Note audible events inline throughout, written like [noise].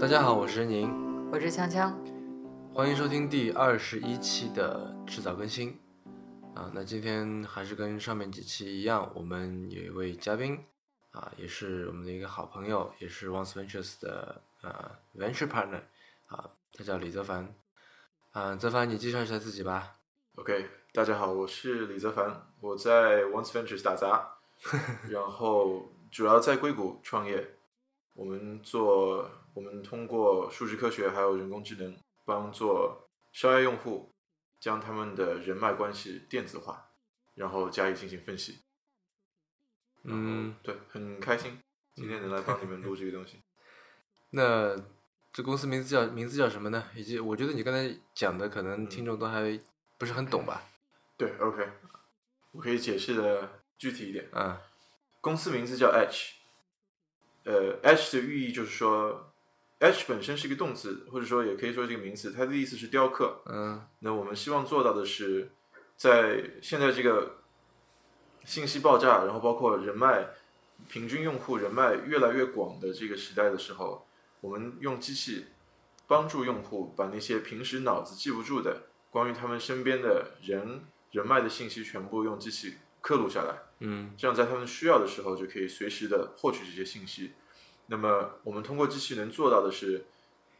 大家好，我是宁，我是锵锵。欢迎收听第二十一期的迟早更新。啊，那今天还是跟上面几期一样，我们有一位嘉宾，啊，也是我们的一个好朋友，也是 Once Ventures 的呃 venture partner，啊，他叫李泽凡。啊，泽凡，你介绍一下自己吧。 OK，大家好，我是李泽凡，我在 Once Ventures 打 [laughs] 杂，然后主要在硅谷创业。我们做，我们通过数据科学还有人工智能，帮助商业用户将他们的人脉关系电子化，然后加以进行分析。嗯，对，很开心今天能来帮你们录这个东西。那这公司名字叫名字叫什么呢？以及我觉得你刚才讲的，可能嗯听众都还不是很懂吧？ [laughs] 对，OK，我可以解释的具体一点。啊，公司名字叫 H，呃，H 的寓意就是说，H 本身是一个动词，或者说也可以说这个名词，它的意思是雕刻。嗯那我们希望做到的是，在现在这个信息爆炸，然后包括人脉、平均用户人脉越来越广的这个时代的时候，我们用机器帮助用户把那些平时脑子记不住的关于他们身边的人人脉的信息，全部用机器刻录下来。嗯这样在他们需要的时候就可以随时的获取这些信息。那么我们通过机器能做到的是，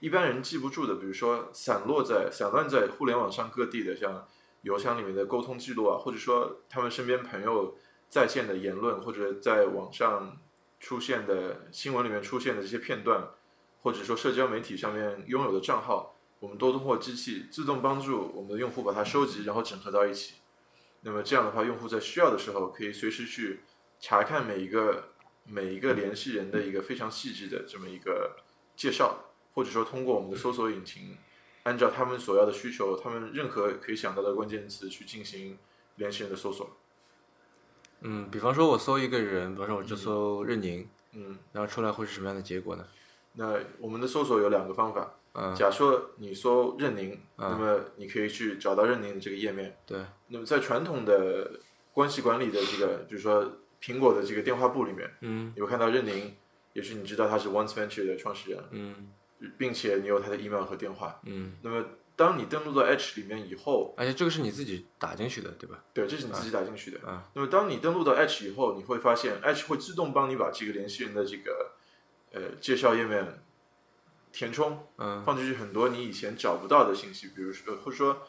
一般人记不住的，比如说散落在散乱在互联网上各地的，像邮箱里面的沟通记录啊，或者说他们身边朋友在线的言论，或者在网上出现的新闻里面出现的这些片段，或者说社交媒体上面拥有的账号，我们都通过机器自动帮助我们的用户把它收集，然后整合到一起。那么这样的话，用户在需要的时候可以随时去查看每一个每一个联系人的一个非常细致的这么一个介绍，或者说通过我们的搜索引擎，按照他们所要的需求，他们任何可以想到的关键词去进行联系人的搜索。嗯，比方说我搜一个人，比方说我就搜任宁，嗯，然后出来会是什么样的结果呢？那我们的搜索有两个方法，嗯，假设你搜任宁，嗯那么你可以去找到任宁的这个页面，对，那么在传统的关系管理的这个，比如说苹果的这个电话簿里面，嗯你会看到任宁，也许你知道他是 Once Venture 的创始人，嗯并且你有他的 email 和电话。嗯，那么当你登录到 H 里面以后，而且这个是你自己打进去的，对吧？对，这是你自己打进去的。啊那么当你登录到 H 以后，你会发现 H 会自动帮你把这个联系人的这个呃介绍页面填充，嗯放进去很多你以前找不到的信息，比如说呃或者说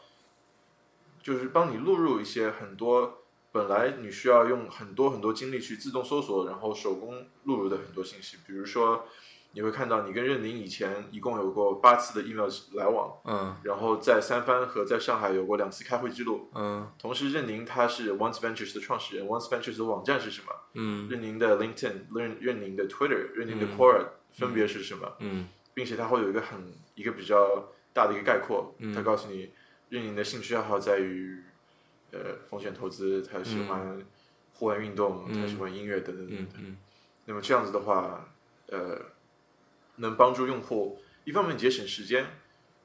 就是帮你录入一些很多本来你需要用很多很多精力去自动搜索，然后手工录入的很多信息，比如说你会看到你跟任宁以前一共有过八次的 email 来往，嗯然后在三藩和在上海有过两次开会记录。嗯同时，任宁他是 Once Ventures 的创始人，Once Ventures 的网站是什么？嗯任宁的 LinkedIn、任任宁的 Twitter、任宁的 Quora 分别是什么？嗯并且它会有一个很一个比较大的一个概括，嗯它告诉你运营的兴趣爱好在于呃风险投资，他喜欢户外运动，嗯他喜欢音乐等等等嗯等。嗯那么这样子的话，呃，能帮助用户一方面节省时间，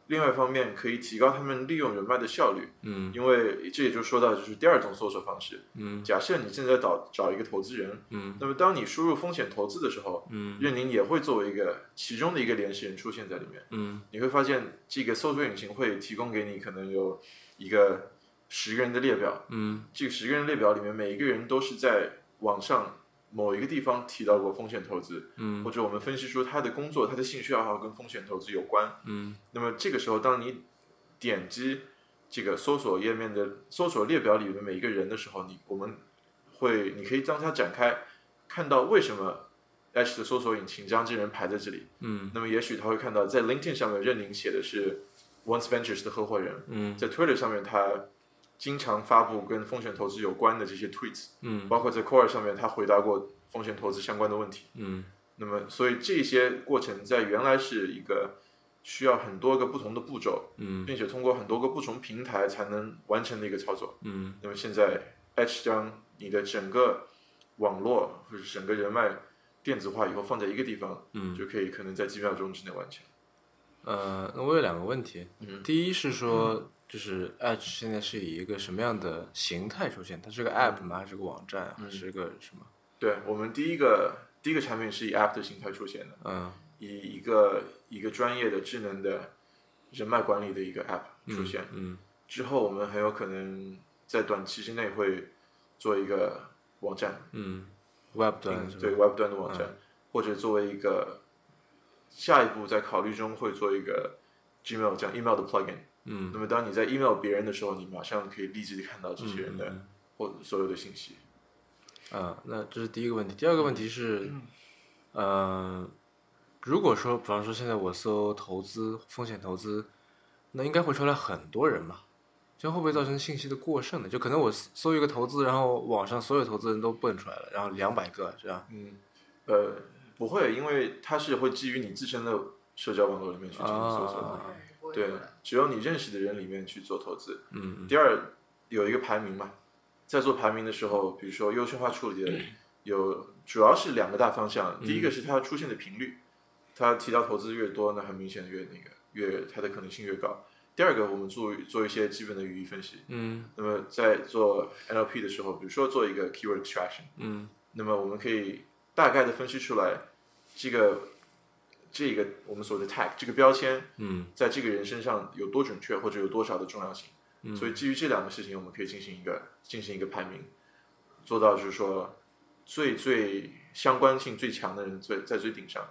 另外一方面可以提高他们利用人脉的效率，嗯因为这也就说到就是第二种搜索方式。嗯假设你正在找找一个投资人，嗯那么当你输入风险投资的时候，嗯任宁也会作为一个其中的一个联系人出现在里面。嗯你会发现，这个搜索引擎会提供给你可能有一个十个人的列表，嗯这个十个人列表里面每一个人都是在网上某一个地方提到过风险投资，嗯或者我们分析出他的工作、他的兴趣爱好跟风险投资有关。嗯那么这个时候，当你点击这个搜索页面的搜索列表里的每一个人的时候，你我们会你可以将它展开，看到为什么 H 的搜索引擎将这人排在这里。嗯那么也许他会看到，在 LinkedIn 上面，任宁写的是 Once Ventures 的合伙人，嗯在 Twitter 上面，他经常发布跟风险投资有关的这些 tweets，嗯包括在 Quora 上面，他回答过风险投资相关的问题。嗯那么，所以这些过程在原来是一个需要很多个不同的步骤，嗯并且通过很多个不同平台才能完成的一个操作。嗯那么现在 H 将你的整个网络或者整个人脉电子化以后放在一个地方，嗯就可以可能在几秒钟之内完成。呃，那我有两个问题，嗯第一是说，就是 Edge 现在是以一个什么样的形态出现？它嗯是个 App 吗？还是个网站？还是个什么？对我们第一个第一个产品是以 App 的形态出现的，嗯以一个一个专业的智能的人脉管理的一个 app 出现。嗯，之后我们很有可能在短期之内会做一个网站，嗯，Web 端是吧？嗯对 Web 端的网站，或者作为一个下一步在考虑中会做一个 Gmail 这样 email 的 plugin。嗯那么当你在 email 别人的时候，你马上可以立即的看到这些人嗯的或所有的信息。啊，那这是第一个问题。第二个问题是，呃，如果说，比方说现在我搜投资风险投资，那应该会出来很多人嘛？这样会不会造成信息的过剩呢？就可能我搜搜一个投资，然后网上所有投资人都蹦出来了，然后两百个这样。嗯，呃，不会，因为它是会基于你自身的社交网络里面去进行搜索的。哦啊我对有了，只有你认识的人里面去做投资。嗯第二，有一个排名嘛，在做排名的时候，比如说优先化处理的有，主要是两个大方向。第一个是它出现的频率，它提到投资越多，那很明显越那个越它的可能性越高。第二个，我们做做一些基本的语义分析。嗯那么在做 NLP 的时候，比如说做一个 keyword extraction，嗯那么我们可以大概的分析出来这个这个我们所谓的 tag 这个标签嗯在这个人身上有多准确，或者有多少的重要性。嗯所以基于这两个事情，我们可以进行一个进行一个排名，做到就是说最最相关性最强的人最在最顶上。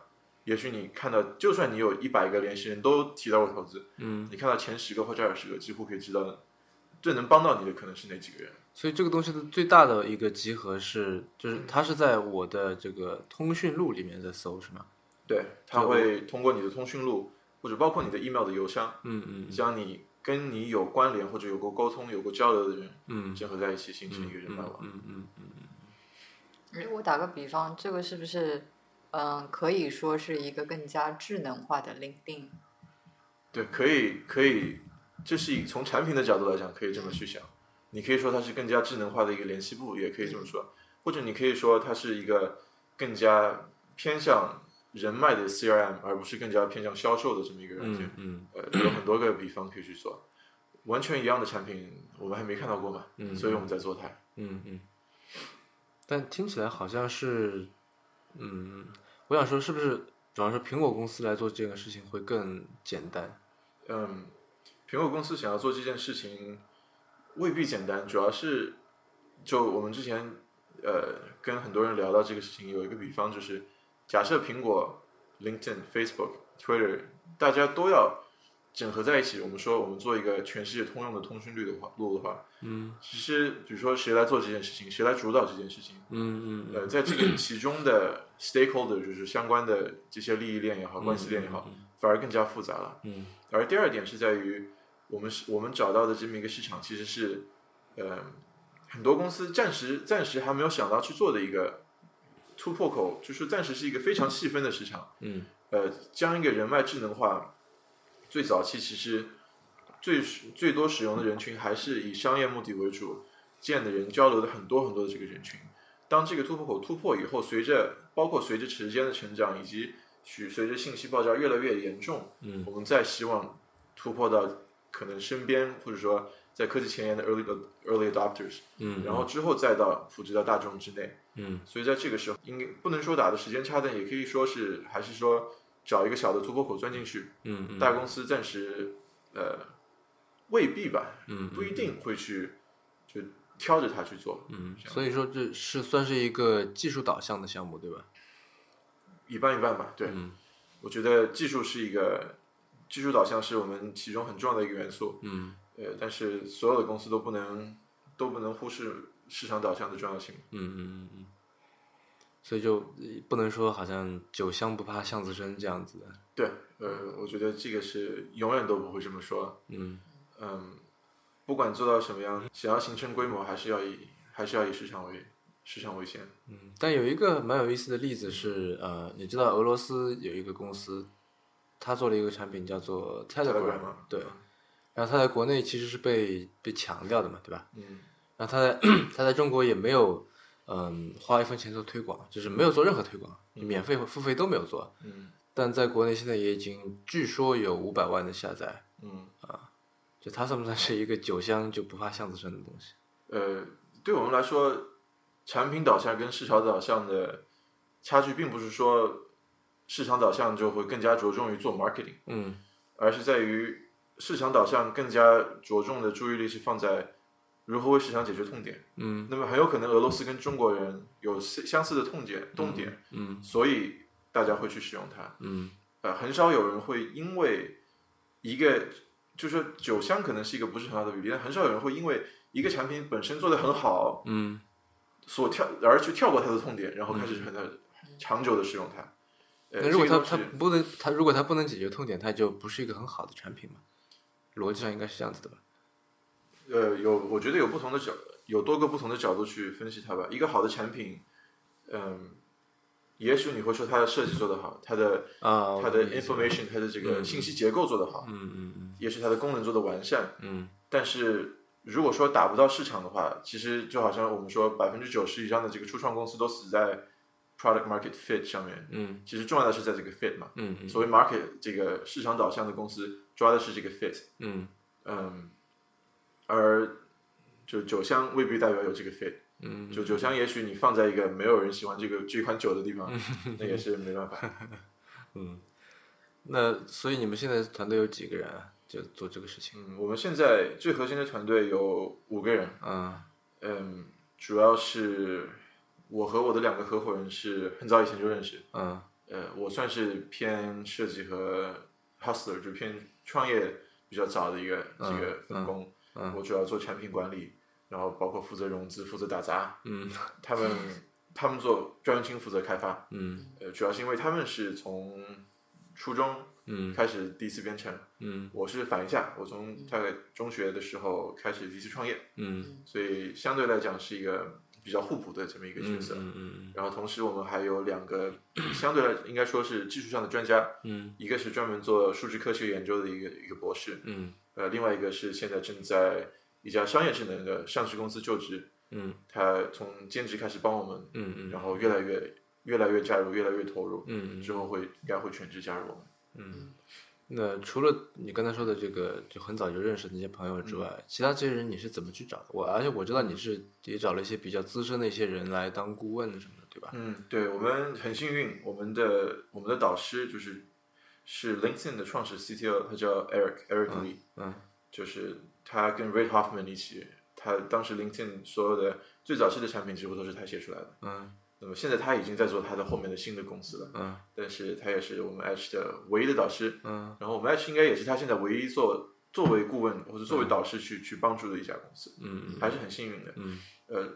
也许你看到，就算你有一百个联系人都提到过投资，嗯。你看到前十个或者二十个，几乎可以知道最能帮到你的可能是哪几个人。所以这个东西的最大的一个集合是，就是它是在我的这个通讯录里面在搜，是吗？对，他对会通过你的通讯录，或者包括你的 email 的邮箱，嗯嗯将你跟你有关联或者有过沟通、有过交流的人嗯，结合在一起，形成一个人脉网。嗯嗯嗯哎我打个比方，这个是不是，嗯，可以说是一个更加智能化的 LinkedIn？对，可以，可以，这是以从产品的角度来讲，可以这么去想。你可以说它是更加智能化的一个联系部，也可以这么说，嗯或者你可以说它是一个更加偏向人脉的 CRM，而不是更加偏向销售的这么一个软件。嗯嗯呃，有很多个比方可以去做。完全一样的产品，我们还没看到过嘛，嗯所以我们在做它。嗯嗯。但听起来好像是，嗯，我想说是不是，比方说苹果公司来做这个事情会更简单？嗯，苹果公司想要做这件事情未必简单，主要是就我们之前呃跟很多人聊到这个事情，有一个比方就是，假设苹果、LinkedIn、Facebook、Twitter 大家都要整合在一起，我们说我们做一个全世界通用的通讯录的话，录的话，嗯其实比如说谁来做这件事情，谁来主导这件事情，嗯嗯呃，在这个 [clears throat] 其中的 stakeholder 就是相关的这些利益链也好，关系链也好，反而更加复杂了。嗯而第二点是在于，我们是我们找到的这么一个市场，其实是，呃，很多公司暂时暂时还没有想到去做的一个突破口，就是暂时是一个非常细分的市场。嗯呃，将一个人脉智能化，最早期其实最最多使用的人群还是以商业目的为主，见的人交流的很多很多的这个人群。当这个突破口突破以后，随着包括随着时间的成长，以及随随着信息爆炸越来越严重，嗯我们再希望突破到可能身边或者说在科技前沿的 early early adopters，嗯，然后之后再到普及到大众之内。嗯所以在这个时候，应该不能说打的时间差，但也可以说是还是说找一个小的突破口钻进去。嗯嗯大公司暂时呃未必吧，嗯不一定会去就挑着它去做。嗯，这样所以说这是算是一个技术导向的项目，对吧？一半一半吧。对，嗯我觉得技术是一个技术导向是我们其中很重要的一个元素。嗯呃，但是所有的公司都不能都不能忽视市场导向的重要性。嗯嗯嗯，所以就呃不能说好像酒香不怕巷子深这样子的。对，呃，我觉得这个是永远都不会这么说。嗯嗯，不管做到什么样，想要形成规模，还是要以还是要以市场为市场为先。嗯，但有一个蛮有意思的例子是，呃，你知道俄罗斯有一个公司，它做了一个产品叫做 Telegram， Telegram 对，然后它在国内其实是被被强调的嘛，对吧？嗯然后它在 [clears throat] 它在中国也没有，嗯，花一分钱做推广，就是没有做任何推广，免费和付费都没有做，嗯但在国内现在也已经据说有五百万的下载，啊嗯，就它算不算是一个酒香就不怕巷子深的东西？呃，对我们来说，产品导向跟市场导向的差距，并不是说市场导向就会更加着重于做 marketing，嗯而是在于市场导向更加着重的注意力是放在如何为市场解决痛点。嗯那么很有可能俄罗斯跟中国人有相似的痛点、痛点，嗯所以大家会去使用它。嗯呃，很少有人会因为一个，就是说酒香可能是一个不是很好的比例，但很少有人会因为一个产品本身做的很好，嗯所跳而去跳过它的痛点，然后开始很长久的使用它。呃嗯那如果它这个它东西不能它如果它不能解决痛点，它就不是一个很好的产品嘛。逻辑上应该是这样子的吧？呃，有，我觉得有不同的角，有多个不同的角度去分析它吧。一个好的产品，嗯，也许你会说它的设计做得好，它的啊，它我的理解 information，它的这个嗯信息结构做得好，嗯嗯嗯也许它的功能做得完善。嗯但是如果说打不到市场的话，其实就好像我们说百分之九十以上的这个初创公司都死在 product market fit 上面。嗯其实重要的是在这个 fit 嘛，嗯嗯所谓 market 这个市场导向的公司抓的是这个 fit。嗯嗯，而就酒香未必代表有这个 fit，嗯，就酒香也许你放在一个没有人喜欢这个这款酒的地方，那也是没办法。那所以你们现在团队有几个人啊？就做这个事情？嗯，我们现在最核心的团队有五个人，嗯嗯，主要是我和我的两个合伙人是很早以前就认识，嗯呃，我算是偏设计和 hustler，就偏创业比较早的一个这个分工，嗯我主要做产品管理，然后包括负责融资、负责打杂，嗯 [laughs] 他们他们做专心负责开发，嗯呃，主要是因为他们是从初中嗯开始第一次编程，嗯我是反一下，我从大概中学的时候开始第一次创业，嗯所以相对来讲是一个比较互补的这么一个角嗯色。嗯然后同时我们还有两个相对来应该说是技术上的专家，嗯一个是专门做数据科学研究的一个一个博士，嗯呃，另外一个是现在正在一家商业智能的上市公司就职，嗯他从兼职开始帮我们嗯然后越来越越来越加入，越来越投入，嗯之后会应该会全职加入我们。嗯。那除了你刚才说的这个，就很早就认识的那些朋友之嗯外，其他这些人你是怎么去找的？我而且我知道你是也找了一些比较资深的一些人来当顾问什么的，对吧？嗯，对我们很幸运，我们的我们的导师就是是 LinkedIn 的创始 CTO，他叫 Eric Eric Lee，、嗯就是他跟 Reid Hoffman 一起，他当时 LinkedIn 所有的最早期的产品几乎都是他写出来的。嗯那么现在他已经在做他的后面的新的公司了，嗯但是他也是我们 H 的唯一的导师。嗯然后我们 H 应该也是他现在唯一做作为顾问或者作为导师去、去帮助的一家公司。嗯还是很幸运的。嗯，呃，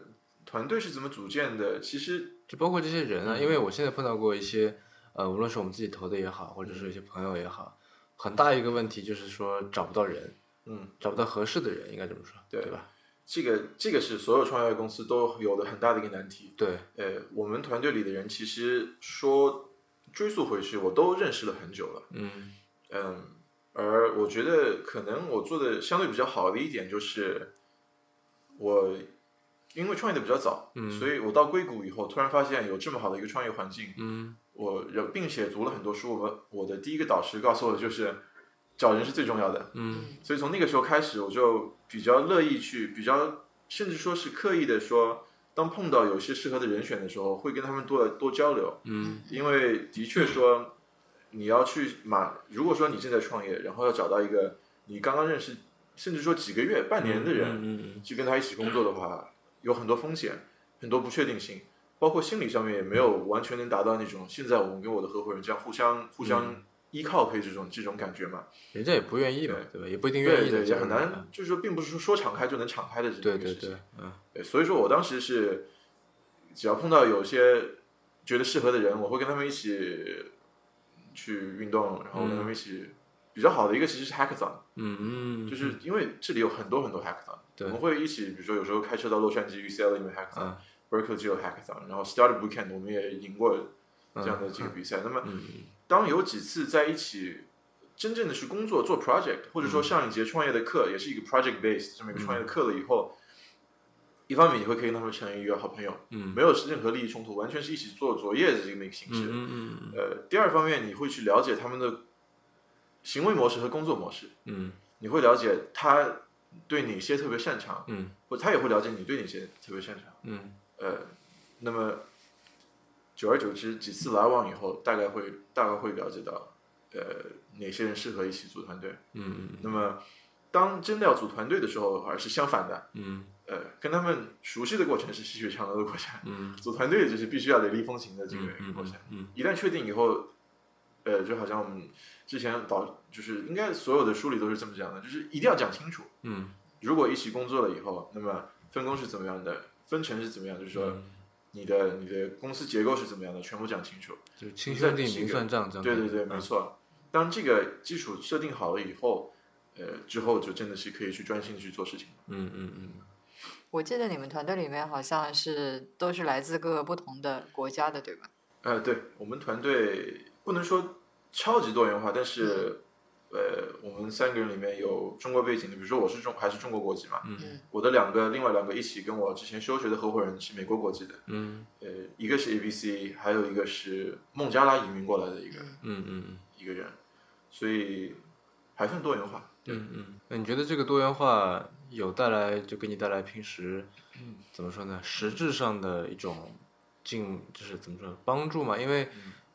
团队是怎么组建的？其实，就包括这些人啊，因为嗯我现在碰到过一些，呃，无论是我们自己投的也好，或者是一些朋友也好，很大一个问题就是说找不到人，嗯，找不到合适的人，应该这么说，对吧？这个这个是所有创业公司都有的很大的一个难题。对，呃，我们团队里的人其实说追溯回去，我都认识了很久了。嗯嗯，而我觉得可能我做的相对比较好的一点就是，我因为创业的比较早，嗯所以我到硅谷以后，突然发现有这么好的一个创业环境，嗯我然并且读了很多书。我们我的第一个导师告诉我的就是，找人是最重要的。嗯所以从那个时候开始，我就比较乐意去，比较甚至说是刻意的说，当碰到有些适合的人选的时候，会跟他们多多交流，嗯因为的确说，你要去马，如果说你正在创业，然后要找到一个你刚刚认识，甚至说几个月、半年的人，嗯嗯去跟他一起工作的话，有很多风险，很多不确定性。包括心理上面也没有完全能达到那种现在我们跟我的合伙人这样互相嗯互相依靠，可以这种这种感觉嘛？人家也不愿意嘛，对吧？也不一定对愿意的，对，啊也很难，，就是说，并不是说说敞开就能敞开的这对么一个对事情。对，嗯对所以说我当时是，只要碰到有些觉得适合的人，我会跟他们一起去运动，然后跟他嗯们一起。比较好的一个其实是 hackathon，嗯嗯，就是因为这里有很多很多 hackathon，对我们会一起，比如说有时候开车到洛杉矶 UCLA 里面 hackathon，嗯、 Berkeley 就有 hackathon，然后 Startup Weekend 我们也赢过这样的几个嗯比赛。那么当有几次在一起真正的去工作做 project，或者嗯说上一节创业的课，也是一个 project base 这么一个创业的课了以后，一方面你会可以跟他们成为一个好朋友，嗯没有任何利益冲突，完全是一起做作业的这么一个形式。嗯嗯呃，第二方面你会去了解他们的行为模式和工作模式，嗯你会了解他对哪些特别擅长，嗯呃或者他也会了解你对哪些特别擅长。嗯呃，那么久而久之，几次来往以后，大概会大概会了解到，呃，哪些人适合一起组团队。嗯那么，当真的要组团队的时候，而是相反的，嗯呃，跟他们熟悉的过程是细水长流的过程，嗯组团队就是必须要雷厉风行的这个嗯过程。嗯一旦确定以后，呃，就好像我们之前导就是应该所有的书里都是这么讲的，就是一定要讲清楚。嗯，如果一起工作了以后，那么分工是怎么样的，分成是怎么样的，就是嗯说你的你的公司结构是怎么样的，全部讲清楚。就亲兄弟明算账这样。对对对，没错。当这个基础设定好了以后，呃，之后就真的是可以去专心地去做事情了。嗯嗯嗯，我记得你们团队里面好像是都是来自各个不同的国家的，对吧？呃，对我们团队不能说超级多元化，但嗯是呃，我们三个人里面有中国背景的，比如说我是中还是中国国籍嘛，嗯我的两个另外两个一起跟我之前休学的合伙人是美国国籍的，嗯呃，一个是 ABC，还有一个是孟加拉移民过来的一个、嗯嗯嗯一个人，所以还算多元化。嗯嗯，那你觉得这个多元化有带来就给你带来平时怎么说呢？实质上的一种进就是怎么说帮助嘛？因为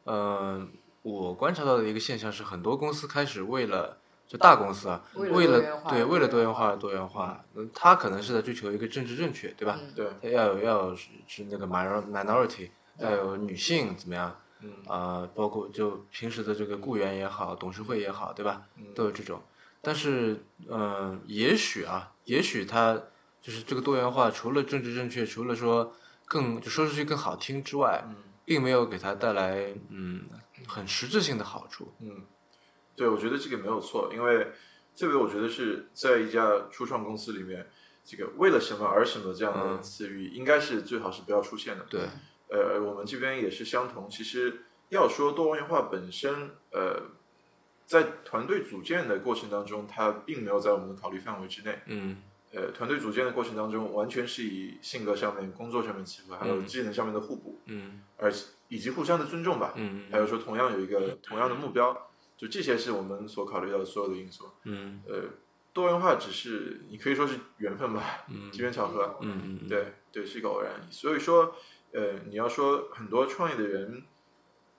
呃，我观察到的一个现象是，很多公司开始为了就大公司啊，为为了多元化对为了多多元元化多元化，嗯，他可能是在追求一个政治正确，对吧？嗯对，他要有要有是是那个 minor minority，要有女性怎么样？嗯啊、包括就平时的这个雇员也好，董事会也好，对吧？嗯都有这种。但是，嗯、也许啊，也许它就是这个多元化，除了政治正确，除了说更就说出去更好听之外，嗯并没有给它带来嗯很实质性的好处。嗯，对，我觉得这个没有错，因为特别我觉得是在一家初创公司里面，这个为了什么而什么这样的嗯词语，应该是最好是不要出现的。对，呃，我们这边也是相同。其实要说多元化本身，呃，在团队组建的过程当中，它并没有在我们的考虑范围之内。嗯呃，团队组建的过程当中，完全是以性格上面、工作上面契合，还有嗯技能上面的互补，嗯而以及互相的尊重吧。嗯还有说同样有一个同样的目标，就这些是我们所考虑到的所有的因素。嗯呃，多元化只是你可以说是缘分吧，嗯机缘巧合，嗯嗯，对对，是一个偶然。所以说，呃，你要说很多创业的人，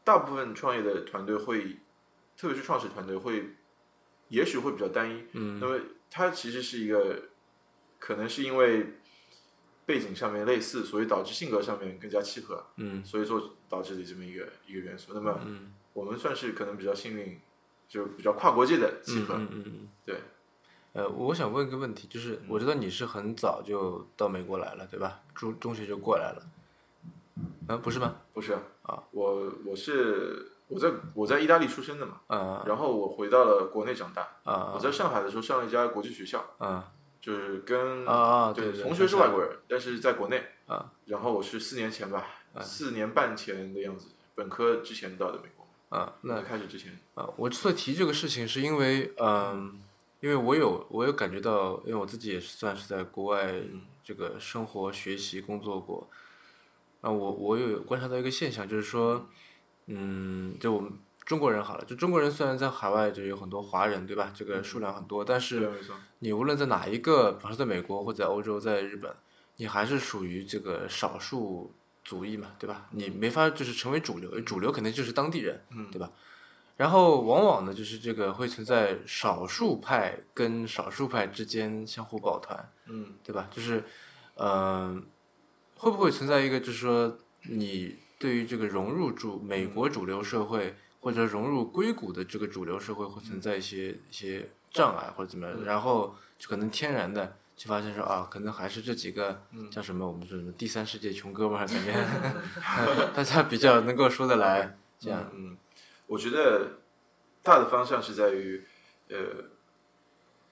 大部分创业的团队会，特别是创始团队会，也许会比较单一。嗯那么它其实是一个，可能是因为背景上面类似，所以导致性格上面更加契合，嗯所以说导致的这么一个一个元素。那么嗯我们算是可能比较幸运，就比较跨国界的契合。嗯嗯。对，呃，我想问一个问题，就是嗯我知道你是很早就到美国来了，对吧？中中学就过来了，啊、不是吗？不是啊，我我是我在我在意大利出生的嘛，啊然后我回到了国内长大。啊啊我在上海的时候上了一家国际学校，啊就是跟啊啊对嗯对对同学是外国人，但是在国内。啊哎然后我是四年前吧，四年半前的样子，本科之前到的美国，啊！那在开始之前，啊，我之所以提这个事情，是因为嗯、因为我有我有感觉到，因为我自己也是算是在国外这个生活、学习、工作过。啊，我我有观察到一个现象，就是说，嗯，就我们中国人好了，就中国人虽然在海外就有很多华人，对吧？这个数量很多，但是对，没错，你无论在哪一个，比方说在美国或者在欧洲、在日本，你还是属于这个少数族裔嘛，对吧？你没法就是成为主流，因为主流肯定就是当地人，嗯对吧？然后往往呢，就是这个会存在少数派跟少数派之间相互抱团，嗯对吧？就是，嗯、会不会存在一个，就是说你对于这个融入主美国主流社会，或者融入硅谷的这个主流社会，会存在一些一些障碍或者怎么样？然后就可能天然的就发现说啊，可能还是这几个叫什么，我们说什么第三世界穷哥们儿里面， [laughs] 大家比较能够说得来，这样，嗯，嗯我觉得大的方向是在于，呃，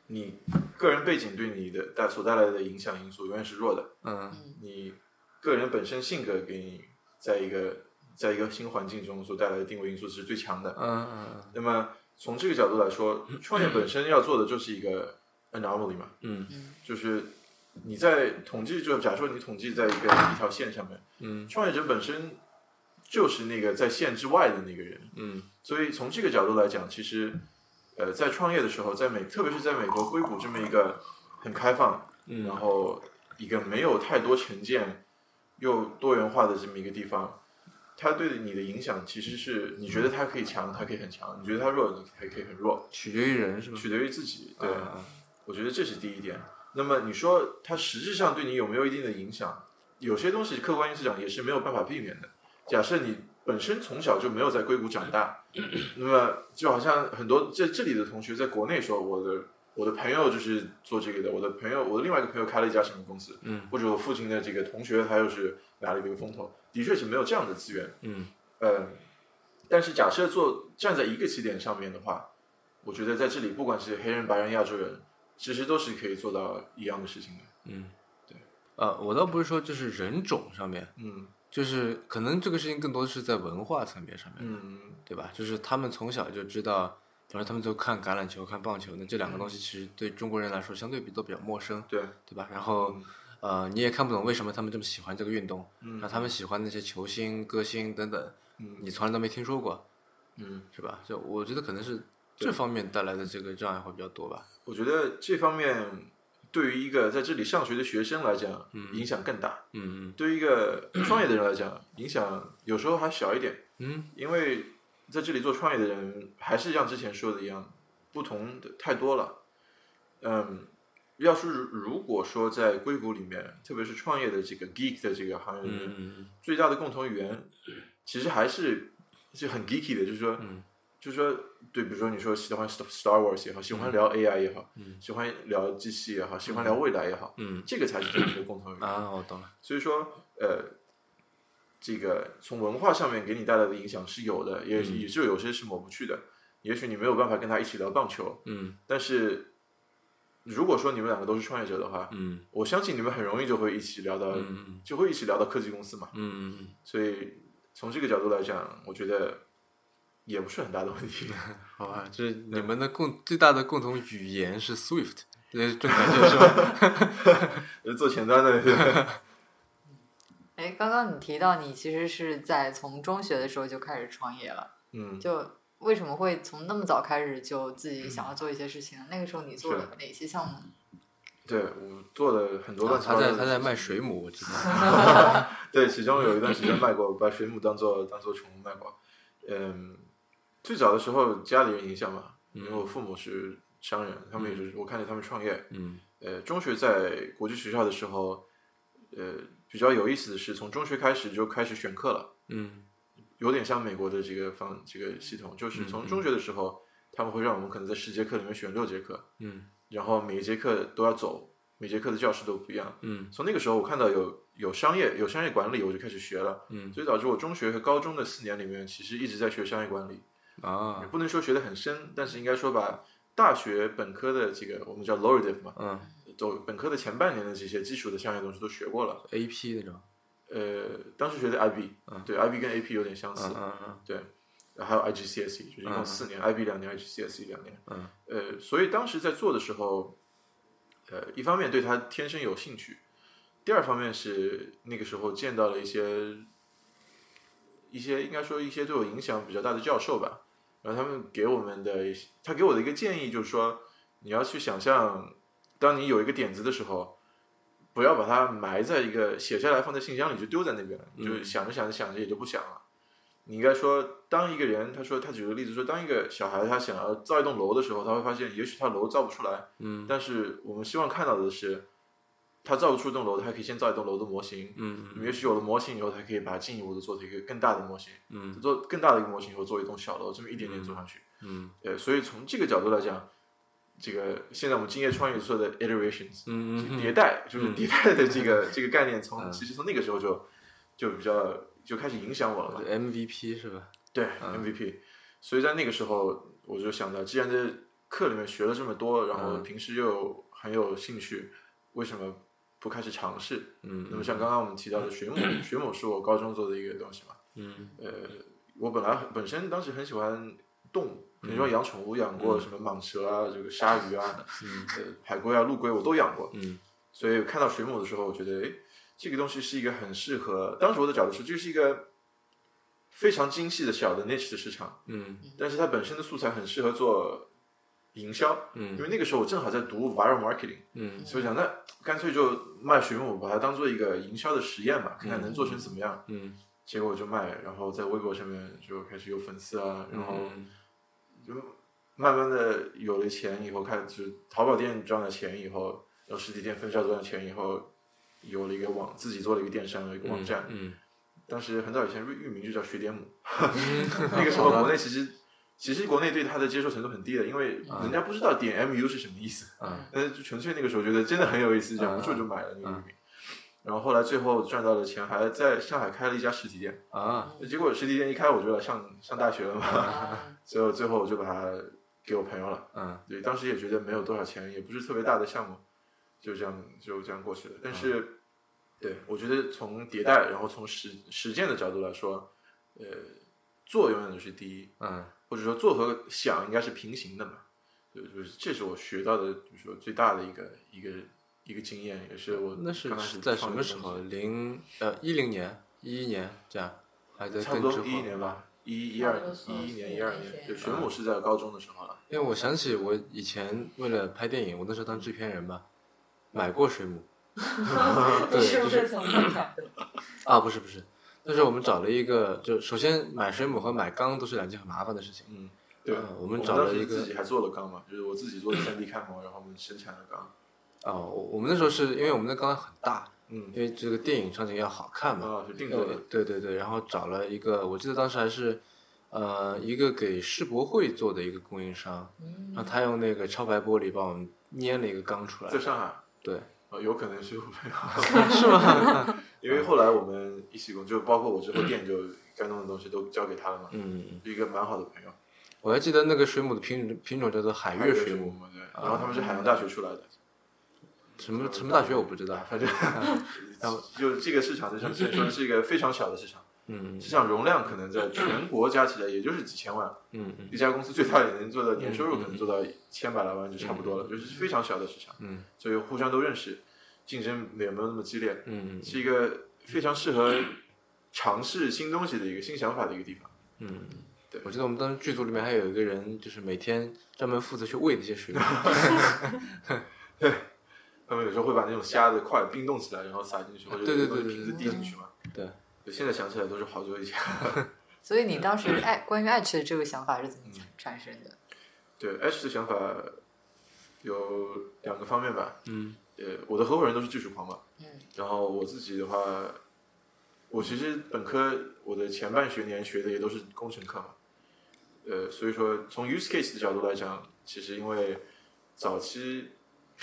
你个人背景对你的带所带来的影响因素永远是弱的，嗯你个人本身性格给你在一个在一个新环境中所带来的定位因素是最强的。嗯嗯那么从这个角度来说，创业本身要做的就是一个 anomaly 嘛，嗯就是你在统计，就假设你统计在一个一条线上面，嗯创业者本身就是那个在线之外的那个人。嗯所以从这个角度来讲，其实，呃，在创业的时候，在美，特别是在美国硅谷这么一个很开放，嗯然后一个没有太多成见又多元化的这么一个地方，它对你的影响其实是你觉得它可以强，它可以很强；你觉得它弱，你还可以很弱，取决于人是吧？取决于自己。对，啊啊我觉得这是第一点。那么你说它实质上对你有没有一定的影响？有些东西客观因素讲也是没有办法避免的。假设你本身从小就没有在硅谷长大，那么就好像很多在这里的同学在国内说，我的我的朋友就是做这个的，我的朋友我的另外一个朋友开了一家什么公司，嗯或者我父亲的这个同学他又是拿了一个风投，的确是没有这样的资源。嗯呃，但是假设做站在一个起点上面的话，我觉得在这里不管是黑人、白人、亚洲人，其实都是可以做到一样的事情的。嗯，对。呃，我倒不是说就是人种上面，嗯就是可能这个事情更多是在文化层面上面，嗯对吧？就是他们从小就知道，反正他们都看橄榄球、看棒球，那这两个东西其实对中国人来说相对比都比较陌生，对，对吧？然后嗯呃，你也看不懂为什么他们这么喜欢这个运动，嗯然后他们喜欢那些球星、歌星等等，嗯你从来都没听说过，嗯，是吧？就我觉得可能是这方面带来的这个障碍会比较多吧。我觉得这方面对于一个在这里上学的学生来讲，影响更大；嗯对于一个创业的人来讲，影响有时候还小一点。嗯因为在这里做创业的人，还是像之前说的一样，不同的太多了。嗯，要是如果说在硅谷里面，特别是创业的这个 geek 的这个行业里面，嗯最大的共同语言，其实还是是很 geeky 的，就是说，嗯就是说，对，比如说你说喜欢 Star Star Wars 也好，喜欢聊 AI 也好，嗯喜欢聊机器也好，喜欢聊未来也好，嗯这个才是真正的共同语言。嗯啊，我懂了。所以说，呃，这个从文化上面给你带来的影响是有的，也、嗯也就有些是抹不去的。也许你没有办法跟他一起聊棒球，嗯但是如果说你们两个都是创业者的话，嗯我相信你们很容易就会一起聊到，嗯就会一起聊到科技公司嘛。嗯嗯，所以从这个角度来讲，我觉得也不是很大的问题。 [laughs] 好嗯吧，就是你们的共最大的共同语言是 Swift，这是正确的是吧？做前端的，哎，刚刚你提到你其实是在从中学的时候就开始创业了， [laughs] 嗯，就为什么会从那么早开始就自己想要做一些事情呢？那个时候你做是了哪些项目？对 [laughs] 我做了很多乱七八啊他糟的在事情、他在卖水母，我知道。对，其中有一段时间卖过，把水母当做当做宠物卖过。嗯，最早的时候家里人影响嘛，因为我父母是商人，他们也是、我看着他们创业。嗯呃，中学在国际学校的时候，呃，比较有意思的是，从中学开始就开始选课了，嗯有点像美国的这个方这个系统，就是嗯从中学的时候，他们会让我们可能在十节课里面选六节课，嗯然后每一节课都要走，每节课的教室都不一样。嗯从那个时候，我看到有有商业有商业管理，我就开始学了。嗯所以导致我中学和高中的四年里面，其实一直在学商业管理，也啊不能说学得很深，但是应该说把大学本科的这个我们叫 Laureate 嘛，嗯走本科的前半年的这些基础的商业东西都学过了。 ，AP 那种。呃，当时学的 IB，、嗯对 IB 跟 AP 有点相似，嗯嗯对，还有 IGCSE，就是一 E，嗯共嗯四年、i b 两年，IGCSE E 两年。嗯呃，所以当时在做的时候，呃，一方面对它天生有兴趣，第二方面是那个时候见到了一些一些应该说一些对我影响比较大的教授吧，然后他们给我们的一些他给我的一个建议就是说，你要去想象，当你有一个点子的时候。不要把它埋在一个写下来放在信箱里就丢在那边了，你就嗯想着想着想着也就不想了。你应该说，当一个人，他说他举个例子说，当一个小孩他想要造一栋楼的时候，他会发现，也许他楼造不出来，嗯但是我们希望看到的是，他造不出一栋楼，他可以先造一栋楼的模型，嗯也许有了模型以后，他可以把它进一步的做成一个更大的模型，嗯做更大的一个模型以后做一栋小楼，这么一点点做上去。嗯呃，所以从这个角度来讲，这个现在我们敬业创业说的 iterations，嗯迭代，就是迭代的这 [laughs] 个、这个概念从，其实从那个时候就就比较就开始影响我了吧。 ，MVP 是吧？对 MVP，、所以在那个时候我就想到，既然在课里面学了这么多，然后平时又很有兴趣，为什么不开始尝试？嗯那么像刚刚我们提到的水 [clears throat] 母，水母是我高中做的一个东西嘛。嗯呃，我本来本身当时很喜欢动物，嗯比如说养宠物，养过什么蟒蛇啊，这个鲨鱼啊， [laughs] 呃，海龟啊，陆龟我都养过。嗯所以看到水母的时候，我觉得，哎，这个东西是一个很适合。当时我的角度是，这是一个非常精细的小的 niche 的市场，嗯但是它本身的素材很适合做营销。嗯因为那个时候我正好在读 viral marketing，嗯所以我想那干脆就卖水母，把它当做一个营销的实验嘛，看看能做成怎么样。嗯结果就卖，然后在微博上面就开始有粉丝啊，然后嗯就慢慢的有了钱以后，看就是淘宝店赚了钱以后，然后实体店分销赚了钱以后，有了一个网自己做了一个电商，有一个网站，嗯，当时很早以前域名就叫学点母， [laughs] 那个时候国内其实其实国内对它的接受程度很低的，因为人家不知道点 mu 是什么意思，嗯但是就纯粹那个时候觉得真的很有意思，忍不住就买了那个域名。然后后来最后赚到的钱，还在上海开了一家实体店。啊，结果实体店一开，我就来上上大学了嘛， [laughs] 嗯最后最后我就把它给我朋友了。嗯对，当时也觉得没有多少钱，也不是特别大的项目，就这样就这样过去了。但是，嗯对我觉得从迭代，然后从实实践的角度来说，呃，做永远都是第一，嗯或者说做和想应该是平行的嘛。就就是这是我学到的，就是说最大的一个一个一个经验，也是我那是刚开始在什创么业时的候？东西？零呃一零年、一一年这样，还在差不更之多后。嗯一一年吧，一一差二不多是一一年一二是年，就玄武是在高中的时候了。因为我想起我以前为了拍电影，我那时候当制片人嘛，买过水母。对，你是不就是从那买的？啊，不是不是，但是我们找了一个，就首先买水母和买缸都是两件很麻烦的事情。嗯，对，啊我我们找了当时一个自己还做了缸嘛，就是我自己做的三 D 开模，然后我们生产了缸。哦，我我们那时候是因为我们的缸很大，嗯，因为这个电影场景要好看嘛。啊，是定做呃的。对对对，然后找了一个，我记得当时还是，呃，一个给世博会做的一个供应商，然后他用那个超白玻璃帮我们捏了一个缸出来在。上海，对，呃，有可能是我朋 [laughs] 友，是吗？因为后来我们一起工，就包括我之后店就该弄的东西都交给他了嘛，嗯，一个蛮好的朋友。我还记得那个水母的品种品种叫做海海月水水啊母母，嘛，对。然后他们是海洋大学出来的，什么什么大学我不知道。反正 [laughs] 就这个市场，就像之前说的是一个非常小的市场，嗯市场容量可能在全国加起来也就是几千万，嗯嗯一家公司最大也能做到年收入可能做到千百来万就差不多了，就是非常小的市场，嗯所以互相都认识，竞争也没有那么激烈，嗯是一个非常适合尝试新东西的一个新想法的一个地方。嗯，对我记得我们当时剧组里面还有一个人，就是每天专门负责去喂那些水 [laughs] 母。他们有时候会把那种虾的块冰冻起来，然后撒进去，或者啊对对用对瓶子滴进去嘛。对，就现在想起来都是好久以前。所以你当时爱关于爱吃的这个想法是怎么产生的？对 H 的想法有两个方面吧，嗯呃，我的合伙人都是技术狂嘛，嗯，然后我自己的话，我其实本科我的前半学年学的也都是工程课嘛，呃，所以说从 use case 的角度来讲，其实因为早期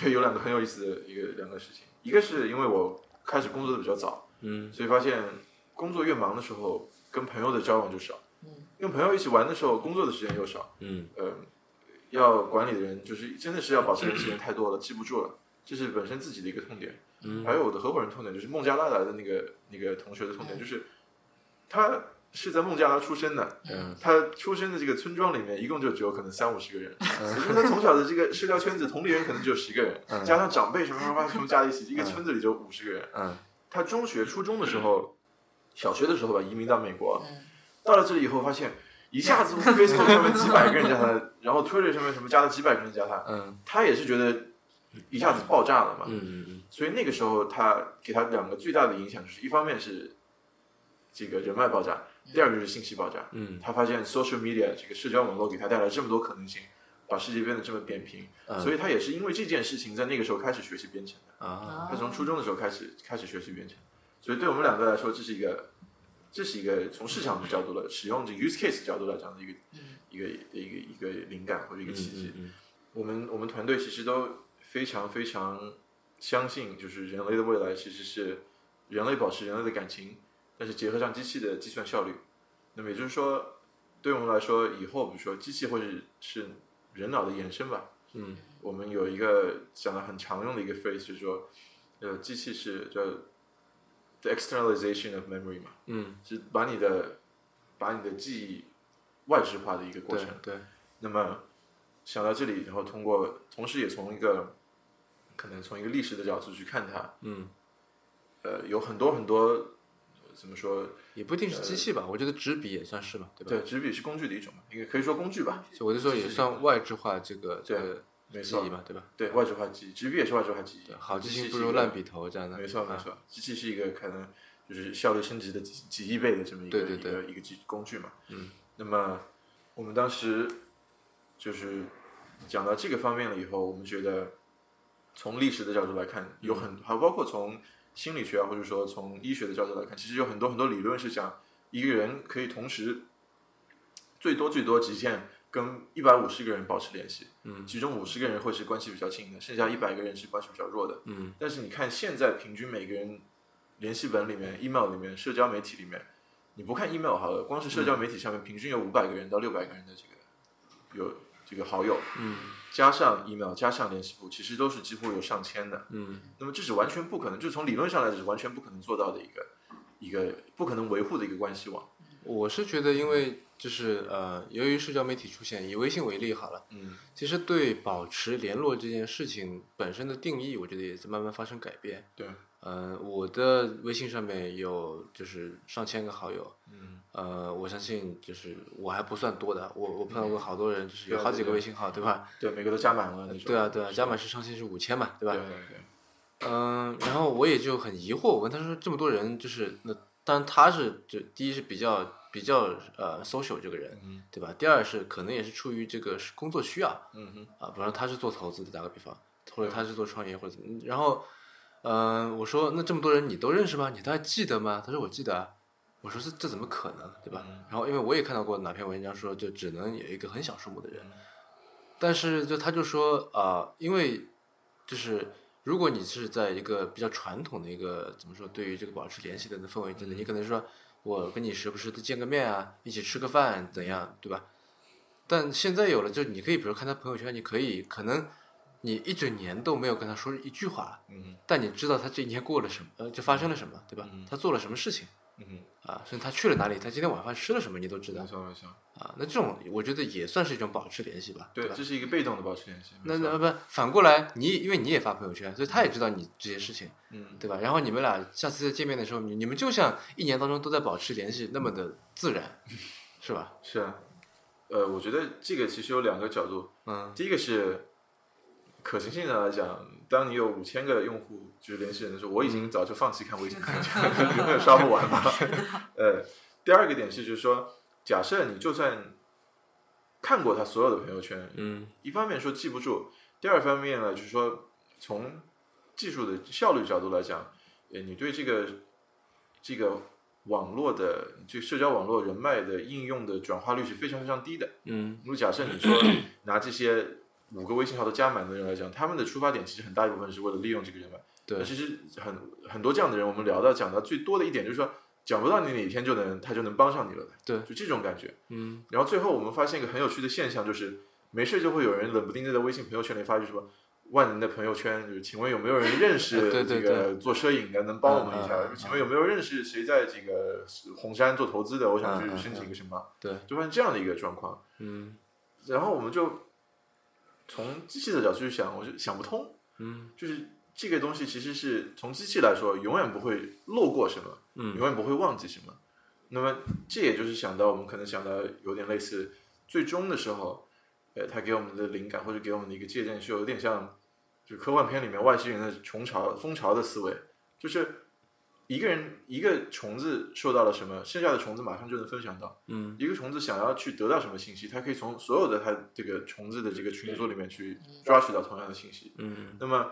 有两个很有意思的一个两个事情，一个是因为我开始工作的比较早，嗯所以发现工作越忙的时候，跟朋友的交往就少，嗯，跟朋友一起玩的时候，工作的时间又少，嗯呃，要管理的人就是真的是要保持人时间太多了，记不住了，这是本身自己的一个痛点。嗯还有我的合伙人痛点就是孟加拉来的那个那个同学的嗯痛点，就是他是在孟加拉出生的，嗯他出生的这个村庄里面一共就只有可能三五十个人，嗯也 [laughs] 就是他从小的这个社交圈子，同龄人可能只有十个人， [laughs] 加上长辈什么什么什么加在一起，一个村子里就五十个人。嗯他中学、初中的时候，小学的时候吧，移民到美国，嗯到了这里以后，发现一下子 Facebook 上面几百个人加他，然后 Twitter 上面什么加了几百个人加他，嗯他也是觉得一下子爆炸了嘛。嗯所以那个时候，他给他两个最大的影响就是，一方面是这个人脉爆炸，第二个就是信息爆炸。嗯他发现 social media 这个社交网络给他带来这么多可能性，把世界变得这么扁平，嗯所以他也是因为这件事情，在那个时候开始学习编程哦的。啊嗯他从初中的时候开始开始学习编程，所以对我们两个来说，这是一个这是一个从市场的角度来使用这个 use case 角度来讲的一个、一个一个一个灵感或者一个契机。嗯我们我们团队其实都非常非常相信，就是人类的未来其实是人类保持人类的感情，但是结合上机器的计算效率。那么也就是说，对我们来说，以后比如说机器或者是人脑的延伸吧，嗯我们有一个讲的很常用的一个 phrase，就是说，呃，机器是叫 the externalization of memory 嘛，嗯，是把你的把你的记忆外置化的一个过对程。对，那么想到这里，然后通过，同时也从一个可能从一个历史的角度去看它，嗯，呃，有很多很多呃怎么说？也不一定是机器吧，我觉得纸笔也算是吧，对吧？对，纸笔是工具的一种嘛，应该可以说工具吧。所以我就说也算外置化这个这个没记错忆嘛，对吧？对，外置化记忆，纸笔也是外置化记忆。好记机器性不是一如个烂笔头这样的。没错没啊。错，机器是一个可能就是效率升级的几几亿倍的这么一个对对对一个一个技工具嘛。嗯，那么我们当时就是讲到这个方面了以后，我们觉得从历史的角度来看，有嗯很还包括从心理学啊，或者说从医学的角度来看，其实有很多很多理论是讲一个人可以同时最多最多极限跟一百五十个人保持联系，嗯其中五十个人会是关系比较近的，剩下一百个人是关系比较弱的。嗯但是你看现在平均每个人联系本里面、email 里面、社交媒体里面，你不看 email 好了，光是社嗯交媒体上面平均有五百个人到六百个人的这个有这个好友，嗯加上 email 加上联系簿，其实都是几乎有上千的。嗯那么这是完全不可能，就是从理论上来讲是完全不可能做到的一个一个不可能维护的一个关系网。我是觉得，因为就是呃，由于社交媒体出现，以微信为例好了，嗯其实对保持联络这件事情本身的定义，我觉得也在慢慢发生改变。对，呃，我的微信上面有就是上千个好友，嗯，呃，我相信就是我还不算多的，我我碰到过好多人，就是有对啊好几对个啊微信号，对吧？对，每个都加满了那种。对啊，对啊，是加满是上限是五千嘛，对啊吧对？对对，嗯，然后我也就很疑惑，我问他说这么多人，就是那当然他是就第一是比较比较呃 social 这个人，嗯对吧？第二是可能也是出于这个是工作需要嗯哼，啊，比方说他是做投资的，打个比方，或者他是做创业或者怎么，然后嗯、呃我说那这么多人你都认识吗？你都还记得吗？他说我记得啊。我说这这怎么可能，对吧嗯？然后因为我也看到过哪篇文章说，就只能有一个很小数目的人，但是就他就说啊、呃因为就是如果你是在一个比较传统的一个怎么说，对于这个保持联系的氛围之内，你可能说我跟你时不时的见个面啊，一起吃个饭怎样，对吧？但现在有了，就你可以，比如看他朋友圈，你可以可能你一整年都没有跟他说一句话，嗯但你知道他这一年过了什么，呃，就发生了什么，对吧嗯？他做了什么事情嗯哼，啊，甚至他去了哪里，他今天晚饭吃了什么，你都知道没错没错，啊。那这种我觉得也算是一种保持联系吧，对，吧这？是一个被动的保持联系。啊那没错那不反过来，你因为你也发朋友圈，所以他也知道你这些事情，嗯对吧？然后你们俩下次见面的时候，你你们就像一年当中都在保持联系那么的自然，是吧？是啊，呃，我觉得这个其实有两个角度，嗯第一个是可行性上来讲，当你有五千个用户就是联系人的时候，我已经早就放弃看微信朋友圈了，就永远刷不完嘛。呃，第二个点是，就是说，假设你就算看过他所有的朋友圈，嗯一方面说记不住，第二方面呢，就是说从技术的效率角度来讲，呃，你对这个这个网络的就社交网络人脉的应用的转化率是非常非常低的。嗯如果假设 [clears throat] 你说拿这些五个微信号都加满的人来讲，他们的出发点其实很大一部分是为了利用这个人脉。对那其实很很多这样的人，我们聊到讲到最多的一点就是说，讲不到你哪天就能他就能帮上你了，对就这种感觉。嗯然后最后我们发现一个很有趣的现象，就是没事就会有人冷不丁的在微信朋友圈里发一句什么万能的朋友圈，就是请问有没有人认对识 [laughs] 对对这个做摄影的，能帮我们一下嗯嗯嗯？嗯请问有没有认识谁在这个红杉做投资的？我想去嗯嗯嗯申请一个什么？对，就发现这样的一个状况。嗯然后我们就从机器的角度去想，我就想不通，嗯就是这个东西其实是从机器来说，永远不会漏过什么。嗯永远不会忘记什么。那么这也就是想到我们可能想到有点类似，最终的时候，呃，他给我们的灵感或者给我们的一个借鉴，是有点像就科幻片里面外星人的虫巢蜂巢的思维，就是一个人一个虫子受到了什么，剩下的虫子马上就能分享到。嗯一个虫子想要去得到什么信息，它可以从所有的它这个虫子的这个群组里面去抓取到同样的信息。嗯那么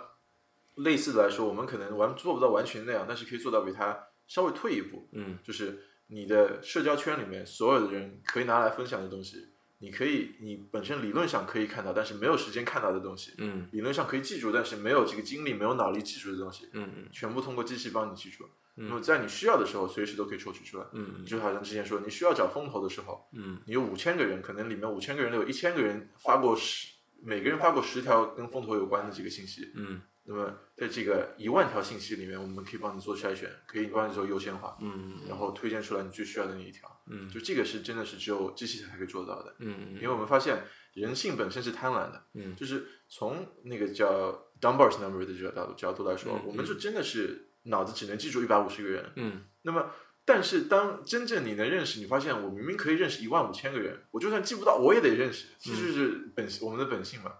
类似的来说，我们可能完做不到完全那样，但是可以做到比它稍微退一步，嗯就是你的社交圈里面所有的人可以拿来分享的东西，你可以你本身理论上可以看到，但是没有时间看到的东西，嗯理论上可以记住，但是没有这个精力、没有脑力记住的东西，嗯全部通过机器帮你记住。嗯那么在你需要的时候，随时都可以抽取出来。嗯就好像之前说，你需要找风投的时候，嗯你有五千个人，可能里面五千个人里有一千个人发过十，每个人发过十条跟风投有关的这个信息，嗯那么在这个一万条信息里面，我们可以帮你做筛选，可以帮你做优先化，嗯然后推荐出来你最需要的那一条。嗯就这个是真的是只有机器才可以做到的，因为嗯我们发现人性本身是贪婪的，嗯就是从那个叫 Dunbar's number 的角度角度来说，嗯我们就真的是脑子只能记住一百五十个人，嗯那么，但是当真正你能认识，你发现我明明可以认识一万五千个人，我就算记不到，我也得认识，嗯这就是本性我们的本性嘛。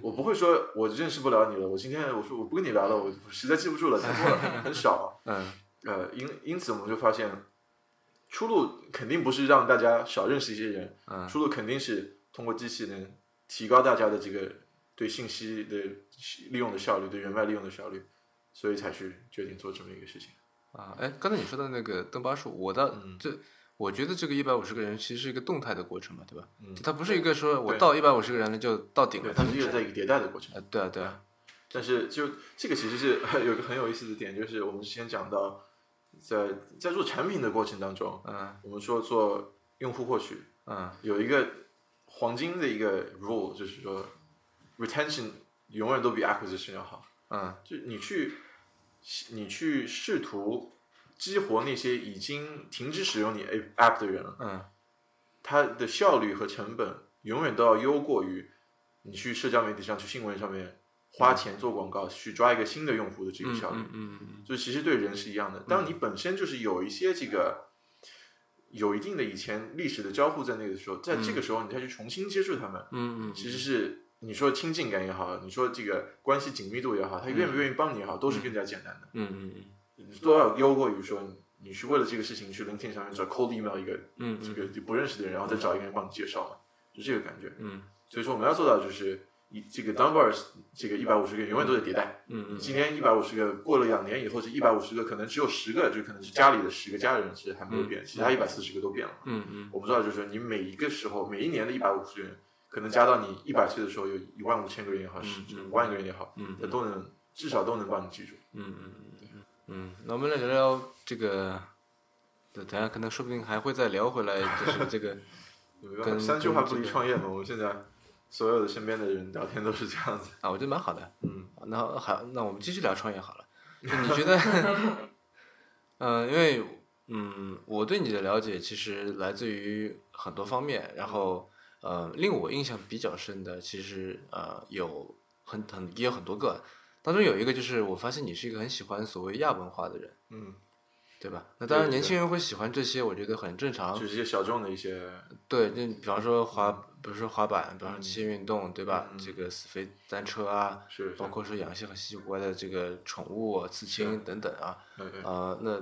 我不会说我认识不了你了，我今天我说我不跟你聊了，我我实在记不住了，太多了，很少。嗯 [laughs] 呃，因因此我们就发现，出路肯定不是让大家少认识一些人，嗯出路肯定是通过机器人提高大家的这个对信息的利用的效率，对人脉利用的效率，所以才去决定做这么一个事情。啊，哎，刚才你说的那个邓巴数，我的嗯这，我觉得这个一百五十个人其实是一个动态的过程嘛，对吧？嗯就它不是一个说我对到一百五十个人了就到顶对，了，它它是一个在一个迭代的过程。呃，对啊，对啊，但是就这个其实是 [laughs] 有一个很有意思的点，就是我们之前讲到，在在做产品的过程当中，嗯我们说做用户获取嗯有一个黄金的一个 rule，就是说 retention 永远都比 acquisition 要好。嗯就你去你去试图激活那些已经停止使用你 app- app 的人，嗯它的效率和成本永远都要优过于你去社交媒体上、去新闻上面花钱做广告、去抓一个新的用户的这个嗯效率。嗯嗯嗯就其实对人是一样的。当你本身就是有一些这个有一定的以前历史的交互在那个时候，在这个时候你再去重新接触他们，嗯嗯，其实是你说亲近感也好，你说这个关系紧密度也好，他愿不愿意帮你也好，都是更加简单的，嗯嗯嗯都要优过于说你你去为了这个事情去 LinkedIn 上面找 cold email 一个嗯这个就不认识的人，然后再找一个人帮你介绍嘛，就这个感觉。嗯所以说我们要做到的就是。一这个 numbers 这个一百五十个永远都在迭代，嗯你嗯今天一百五十个，过了两年以后是一百五十个，可能只有十个，就可能是家里的十个家人是还没有变，其他一百四十个都变了。嗯嗯我不知道，就是说你每一个时候，每一年的一百五十个人，可能加到你一百岁的时候有一万五千个人也好，十五万个人也好，嗯那都能至少都能帮你记住。嗯嗯嗯，那我们来聊聊这个，对，等下可能说不定还会再聊回来，就是这个没办法跟三句话不跟离这个创业嘛，我们现在所有的身边的人聊天都是这样子。啊，我觉得蛮好的。嗯那好，那我们继续聊创业好了。就你觉 [laughs] 得，嗯、因为嗯，我对你的了解其实来自于很多方面，然后呃，令我印象比较深的，其实呃有很很也有很多个，当中有一个就是我发现你是一个很喜欢所谓亚文化的人，嗯，对吧？那当然，对年对轻人会喜欢这些，我觉得很正常就。是一些小众的一些，对，就比方说滑，比如说滑板，比方说极限运动，对吧？嗯嗯嗯这个死飞单车啊，是是包括说养一些很稀奇古怪的这个宠物、啊、刺是青等等啊，对对，呃，那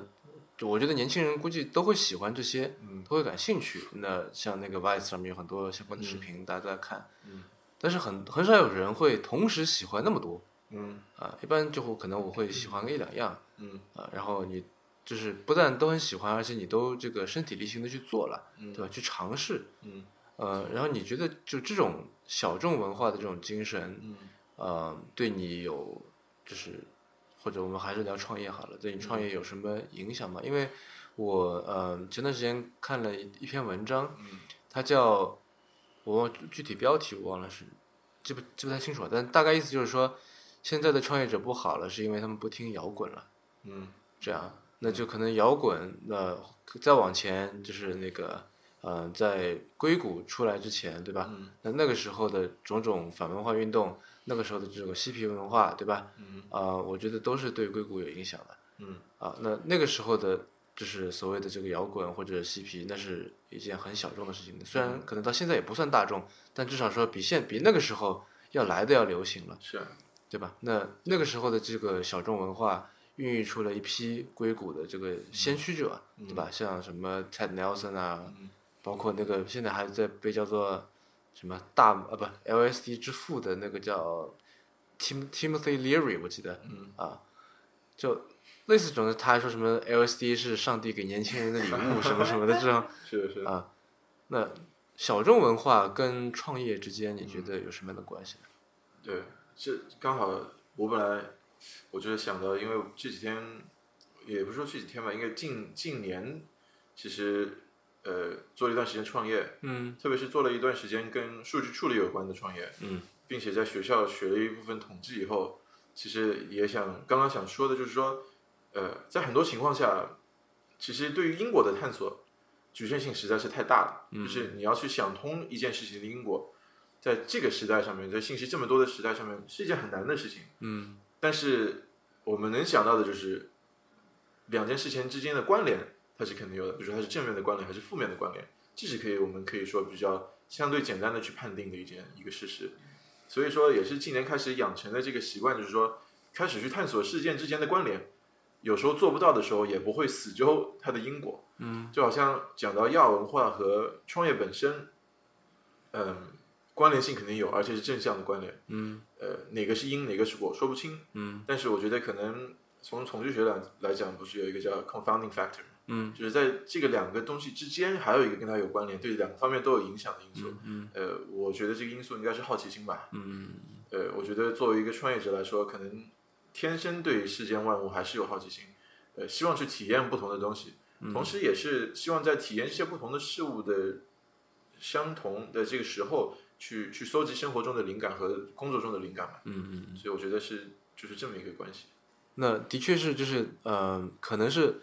就我觉得年轻人估计都会喜欢这些，嗯都会感兴趣。那像那个 Vice 上面有很多相关的视频，大家都在看，嗯但是很很少有人会同时喜欢那么多嗯啊、一般就会可能我会喜欢个一两样嗯啊、然后你就是不但都很喜欢，而且你都这个身体力行的去做了，嗯对吧？去尝试，嗯呃，然后你觉得就这种小众文化的这种精神，嗯呃，对你有就是，或者我们还是聊创业好了，对你创业有什么影响吗？因为我呃前段时间看了一一篇文章，嗯它叫我忘具体标题我忘了是记不记不太清楚了，但大概意思就是说，现在的创业者不好了，是因为他们不听摇滚了，嗯这样，那就可能摇滚那再往前就是那个。嗯、在硅谷出来之前，对吧？嗯那那个时候的种种反文化运动，那个时候的这种嬉皮文化，对吧？嗯啊、我觉得都是对硅谷有影响的嗯啊、那那个时候的，就是所谓的这个摇滚或者嬉皮，那是一件很小众的事情，虽然可能到现在也不算大众，但至少说比现比那个时候要来的要流行了，是啊对吧？那那个时候的这个小众文化。孕育出了一批硅谷的这个先驱者，对吧？像什么 Ted Nelson 啊，嗯包括那个现在还在被叫做什么大啊不 LSD 之父的那个叫 Tim Timothy Leary，我记得，嗯啊，就类似这种的，他还说什么 LSD 是上帝给年轻人的礼物什么什么的这 [laughs] 种，是是啊那小众文化跟创业之间，你觉得有什么样的关系呢？对，这刚好我本来我就是想到，因为这几天也不是说这几天吧，应该近近年其实呃做了一段时间创业，嗯特别是做了一段时间跟数据处理有关的创业，嗯并且在学校学了一部分统计以后，其实也想刚刚想说的就是说，呃，在很多情况下，其实对于因果的探索局限性实在是太大了，嗯就是你要去想通一件事情的因果，在这个时代上面，在信息这么多的时代上面，是一件很难的事情。嗯但是我们能想到的就是两件事情之间的关联，它是肯定有的，比如说它是正面的关联还是负面的关联，这是可以我们可以说比较相对简单的去判定的一件一个事实。所以说，也是近年开始养成的这个习惯，就是说开始去探索事件之间的关联。有时候做不到的时候，也不会死揪它的因果。嗯就好像讲到亚文化和创业本身，嗯，关联性肯定有，而且是正向的关联。嗯呃，哪个是因，哪个是果，说不清。嗯但是我觉得可能从统计学来来讲，不是有一个叫 confounding factor，嗯就是在这个两个东西之间，还有一个跟它有关联，对两个方面都有影响的因素。嗯呃，我觉得这个因素应该是好奇心吧。嗯呃，我觉得作为一个创业者来说，可能天生对世间万物还是有好奇心，呃，希望去体验不同的东西，嗯同时也是希望在体验一些不同的事物的相同的这个时候，去去搜集生活中的灵感和工作中的灵感嘛。嗯嗯，所以我觉得是就是这么一个关系。那的确是就是呃，可能是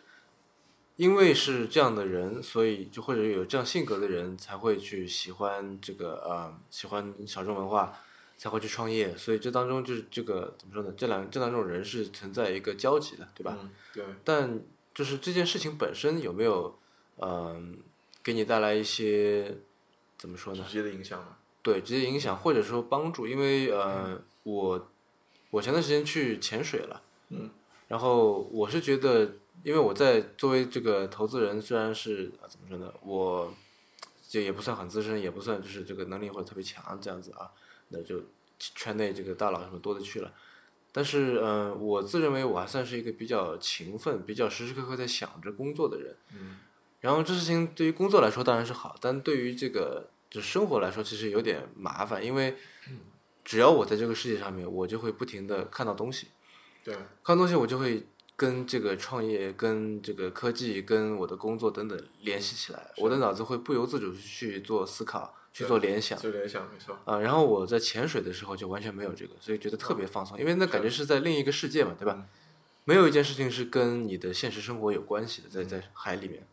因为是这样的人，所以就或者有这样性格的人才会去喜欢这个呃喜欢小众文化，才会去创业，所以这当中就是这个怎么说呢？这两这两种人是存在一个交集的，对吧？嗯，对，但就是这件事情本身有没有，嗯、给你带来一些怎么说呢直？接的影响嘛。对，直接影响或者说帮助，因为呃，我我前段时间去潜水了，嗯，然后我是觉得，因为我在作为这个投资人，虽然是、啊、怎么说呢，我就也不算很资深，也不算就是这个能力或者特别强这样子啊，那就圈内这个大佬什么多的去了。但是，嗯、我自认为我还算是一个比较勤奋、比较时时刻刻在想着工作的人。嗯然后这事情对于工作来说当然是好，但对于这个就生活来说，其实有点麻烦，因为只要我在这个世界上面，我就会不停的看到东西，对，啊看到东西我就会跟这个创业、跟这个科技、跟我的工作等等联系起来，我的脑子会不由自主地去做思考、去做联想。就联想没错。啊、然后我在潜水的时候就完全没有这个，所以觉得特别放松，因为那感觉是在另一个世界嘛，对吧嗯？没有一件事情是跟你的现实生活有关系的，在在海里面。嗯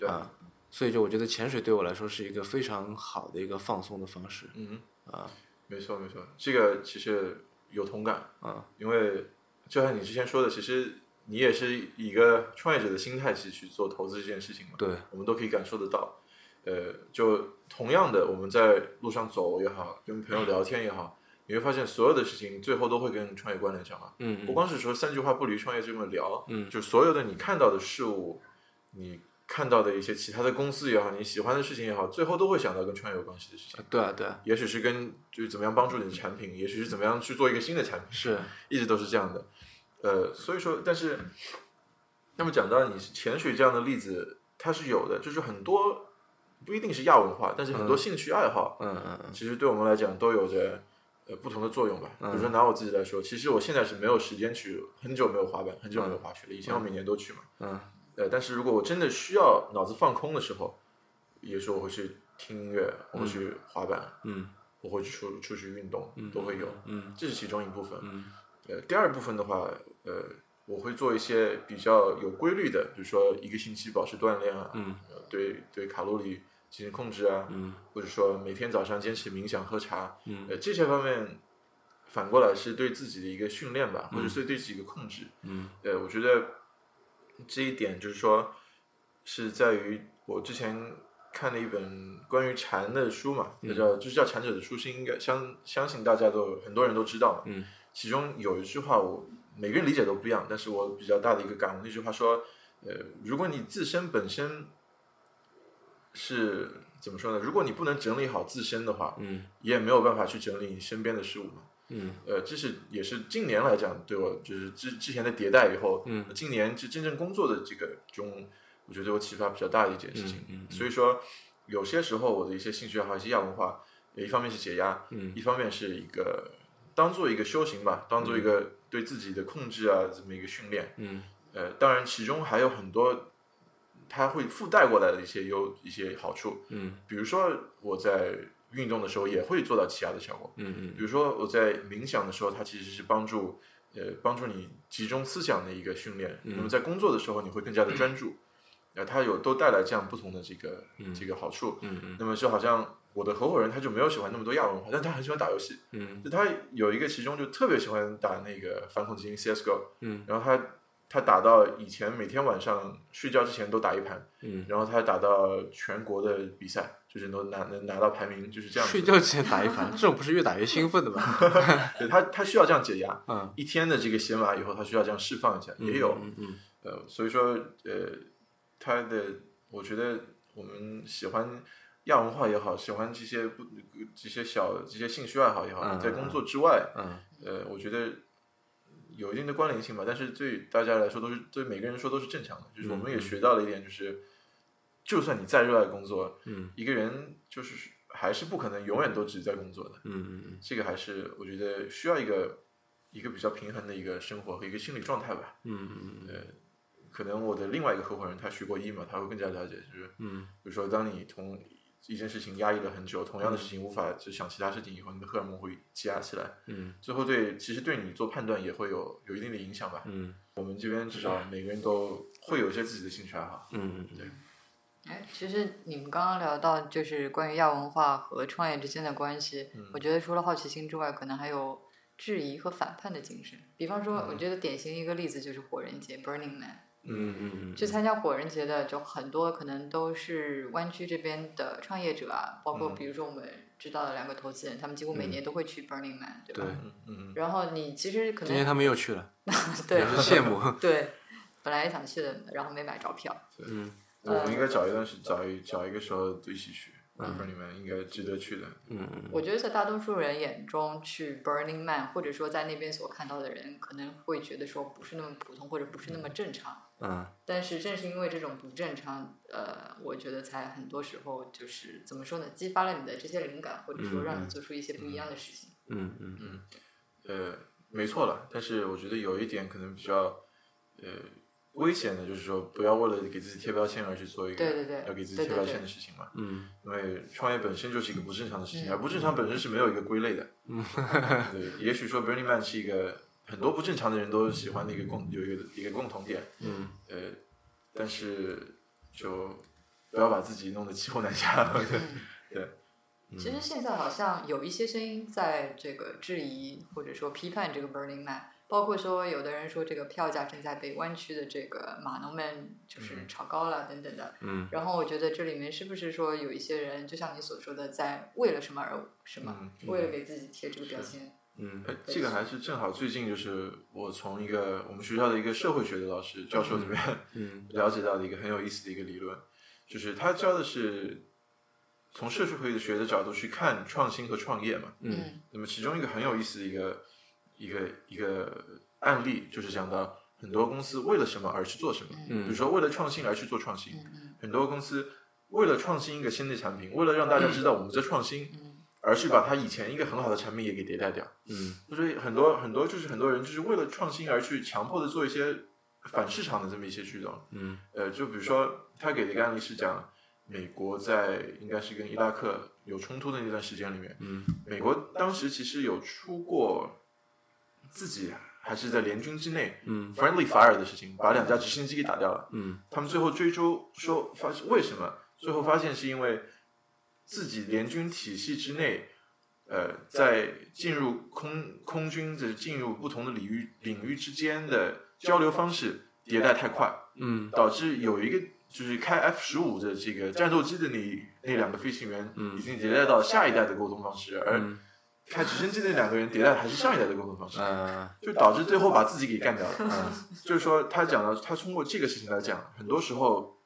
对，啊，所以就我觉得潜水对我来说是一个非常好的一个放松的方式。嗯啊，没错没错，这个其实有同感。啊，因为就像你之前说的，其实你也是以一个创业者的心态去去做投资这件事情嘛。对，我们都可以感受得到。呃，就同样的，我们在路上走也好，跟朋友聊天也好，你会发现所有的事情最后都会跟创业关联上啊。嗯不光是说三句话不离创业这么聊，嗯就所有的你看到的事物，你看到的一些其他的公司也好，你喜欢的事情也好，最后都会想到跟创业有关系的事情。对啊，对啊，也许是跟就是怎么样帮助你的产品，也许是怎么样去做一个新的产品，是，一直都是这样的。呃，所以说，但是，那么讲到你潜水这样的例子，它是有的，就是很多不一定是亚文化，但是很多兴趣爱好，嗯嗯嗯，其实对我们来讲都有着呃不同的作用吧。比嗯如说拿我自己来说，其实我现在是没有时间去，很久没有滑板，很久没有滑雪了。以前我每年都去嘛，嗯，呃，但是如果我真的需要脑子放空的时候，有时候我会去听音乐，我会去滑板，嗯我会去出出去运动，都会有。嗯这是其中一部分。嗯呃，第二部分的话，呃，我会做一些比较有规律的，比如说一个星期保持锻炼啊，嗯呃对对卡路里进行控制啊，嗯或者说每天早上坚持冥想、喝茶，嗯呃，这些方面反过来是对自己的一个训练吧，或者是对自己的控制。嗯呃，我觉得这一点就是说，是在于我之前看了一本关于禅的书嘛，嗯那叫就是叫《禅者的初心》，应该相相信大家都很多人都知道嘛。嗯其中有一句话我，每个人理解都不一样，但是我比较大的一个感悟，那句话说，呃，如果你自身本身是怎么说呢？如果你不能整理好自身的话，嗯也没有办法去整理你身边的事物嘛。嗯呃，这是也是近年来讲对我就是之之前的迭代以后，嗯近年就真正工作的这个中，我觉得我启发比较大的一件事情。嗯嗯嗯所以说，有些时候我的一些兴趣爱好、一些亚文化，呃一方面是解压，嗯一方面是一个当做一个修行吧，当做一个对自己的控制啊这么一个训练。嗯呃，当然其中还有很多它会附带过来的一些优一些好处，嗯比如说我在运动的时候也会做到气压的效果。嗯比如说我在冥想的时候，它其实是帮助呃帮助你集中思想的一个训练。嗯那么在工作的时候，你会更加的专注。呃，它有都带来这样不同的这个、这个好处。嗯那么就好像我的合伙人他就没有喜欢那么多亚文化，但他很喜欢打游戏。嗯就他有一个其中就特别喜欢打那个反恐精英 CS:GO，嗯然后他他打到以前每天晚上睡觉之前都打一盘，嗯，然后他打到全国的比赛，就是能拿能拿到排名，就是这样嗯子。睡觉之前打一盘，这种不是越打越兴奋的吗？对他他需要这样解压，嗯，一天的这个解码以后，他需要这样释放一下，也有。嗯嗯呃，所以说呃，他的我觉得我们喜欢亚文化也好，喜欢这些不呃这些小这些兴趣爱好也好，嗯在工作之外，嗯呃，我觉得有一定的关联性吧。但是对大家来说都是对每个人说都是正常的，就是我们嗯也嗯学到了一点，就是就算你再热爱工作，嗯一个人就是还是不可能永远都只在工作的。嗯嗯嗯这个还是我觉得需要一个一个比较平衡的一个生活和一个心理状态吧。嗯嗯可能我的另外一个合伙人他学过医嘛，他会更加了解，就是比嗯如说，当你同一件事情压抑了很嗯久，同样的事情无法只想其他事情以后，你的荷尔蒙会积压起来，嗯最后对其实对你做判断也会有有一定的影响吧。嗯我们这边至少每个人都会有一些自己的兴趣爱好。嗯哎，其实你们刚刚聊到就是关于亚文化和创业之间的关系，嗯我觉得除了好奇心之外，可能还有质疑和反叛的精神。比方嗯说，我觉得典型一个例子就是火人节 （Burning Man）。嗯嗯去参加火人节的，就很多可能都是湾区这边的创业者啊，包括嗯比如说我们知道的两个投资人，他们几乎每嗯年都会去 Burning Man，对吧？对，嗯嗯然后你其实可今天能他们又去了， [laughs] 对也是羡 [laughs] 慕。对，本来也想去的，然后没买着票。嗯嗯，我们应该找一段时找一找一个时候一起去，我嗯说你们应该值得去的。嗯嗯我觉得在大多数人眼中，去 Burning Man 或者说在那边所看到的人，可能会觉得说不是那么普通，或者不是那么正常。嗯但是正是因为这种不正常，呃，我觉得才很多时候就是怎么说呢，激发了你的这些灵感，或者说嗯让嗯你做出一些不一样的事情。嗯嗯呃，没错了，但是我觉得有一点可能比较呃危险的，就是说不要为了给自己贴标签而去做一个对对对要给自己对贴对标对签的事情嘛。嗯因为创业本身就是一个不正常的事情，嗯而不正常本身是没有一个归类的。嗯 [laughs] 对，也许说 Burning Man 是一个很多不正常的人都喜欢的一个共有一个一个共同点，嗯，呃，但是就不要把自己弄得骑虎难 [laughs] 下。对其实现在好像有一些声音在这个质疑或者说批判这个 Burning Man，包括说有的人说这个票价正在被湾区的这个码农们就是嗯炒高了等等的。嗯然后我觉得这里面是不是说有一些人，就像你所说的，在为了什么而什么，嗯为了给自己贴这个标签？嗯哎，这个还是正好，最近就是我从一个我们学校的一个社会学的老师教授这边、 [laughs] 嗯了解到的一个很有意思的一个理论，就是他教的是从社会会学的角度去看创新和创业嘛。嗯那么其中一个很有意思的一个一个一个案例，就是讲到很多公司为了什么而去做什么，嗯比如说为了创新而去做创新，嗯嗯很多公司为了创新一个新的产品，为了让大家知道我们在创新，嗯而去把它以前一个很好的产品也给迭代掉。嗯就是很多很多就是很多人就是为了创新而去强迫的做一些反市场的这么一些举动。嗯呃，就比如说他给的一个案例是讲，美国在应该是跟伊拉克有冲突的那段时间里面，嗯美国当时其实有出过自己还是在联军之内嗯 friendly fire 的事情，把两架直升机给打掉了。嗯他们最后追究说发为什么？最后发现是因为自己联军体系之内，呃，在进入空空军的进入不同的领域领域之间的交流方式迭代太快，嗯导致有一个就是开 F 十五的这个战斗机的那那两个飞行员嗯已经迭代到下一代的沟通方式，而嗯开直升机的两个人迭代还是上一代的沟通方式。呃就导致最后把自己给干掉了。嗯就是说，他讲到他通过这个事情来讲，很多时候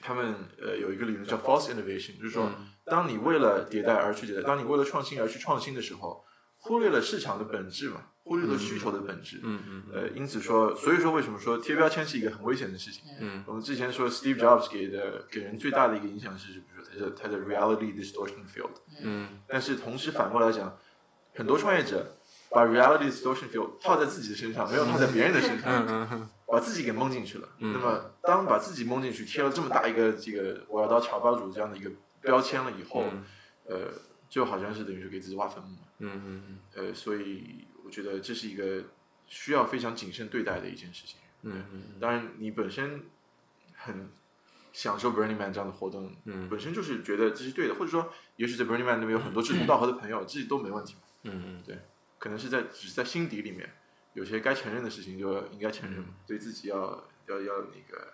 他们呃有一个理论叫 false innovation，就是说，嗯当你为了迭代而去迭代，当你为了创新而去创新的时候，忽略了市场的本质嘛，忽略了需求的本质。嗯嗯呃，因此说，所以说为什么说贴标签是一个很危险的事情？嗯，我们之前说 Steve Jobs 给的给人最大的一个影响是，比如说他的他的 reality distortion field，嗯但是同时反过来讲，很多创业者把 reality distortion field 套在自己的身上，没有套在别人的身上，嗯把自己给蒙进去了。嗯那么当把自己蒙进去，贴了这么大一个这个我要当乔帮主这样的一个标签了以后，嗯呃，就好像是等于是给自己挖坟墓嘛。嗯呃，所以我觉得这是一个需要非常谨慎对待的一件事情。嗯当然，你本身很享受 Burning Man 这样的活动，嗯本身就是觉得这是对的，或者说，也许在 [clears throat] Burning Man 那边有很多志同道合的朋友，这都没问题。嗯嗯可能是在只是在心底里面，有些该承认的事情就应该承认，嗯对自己要要要那个，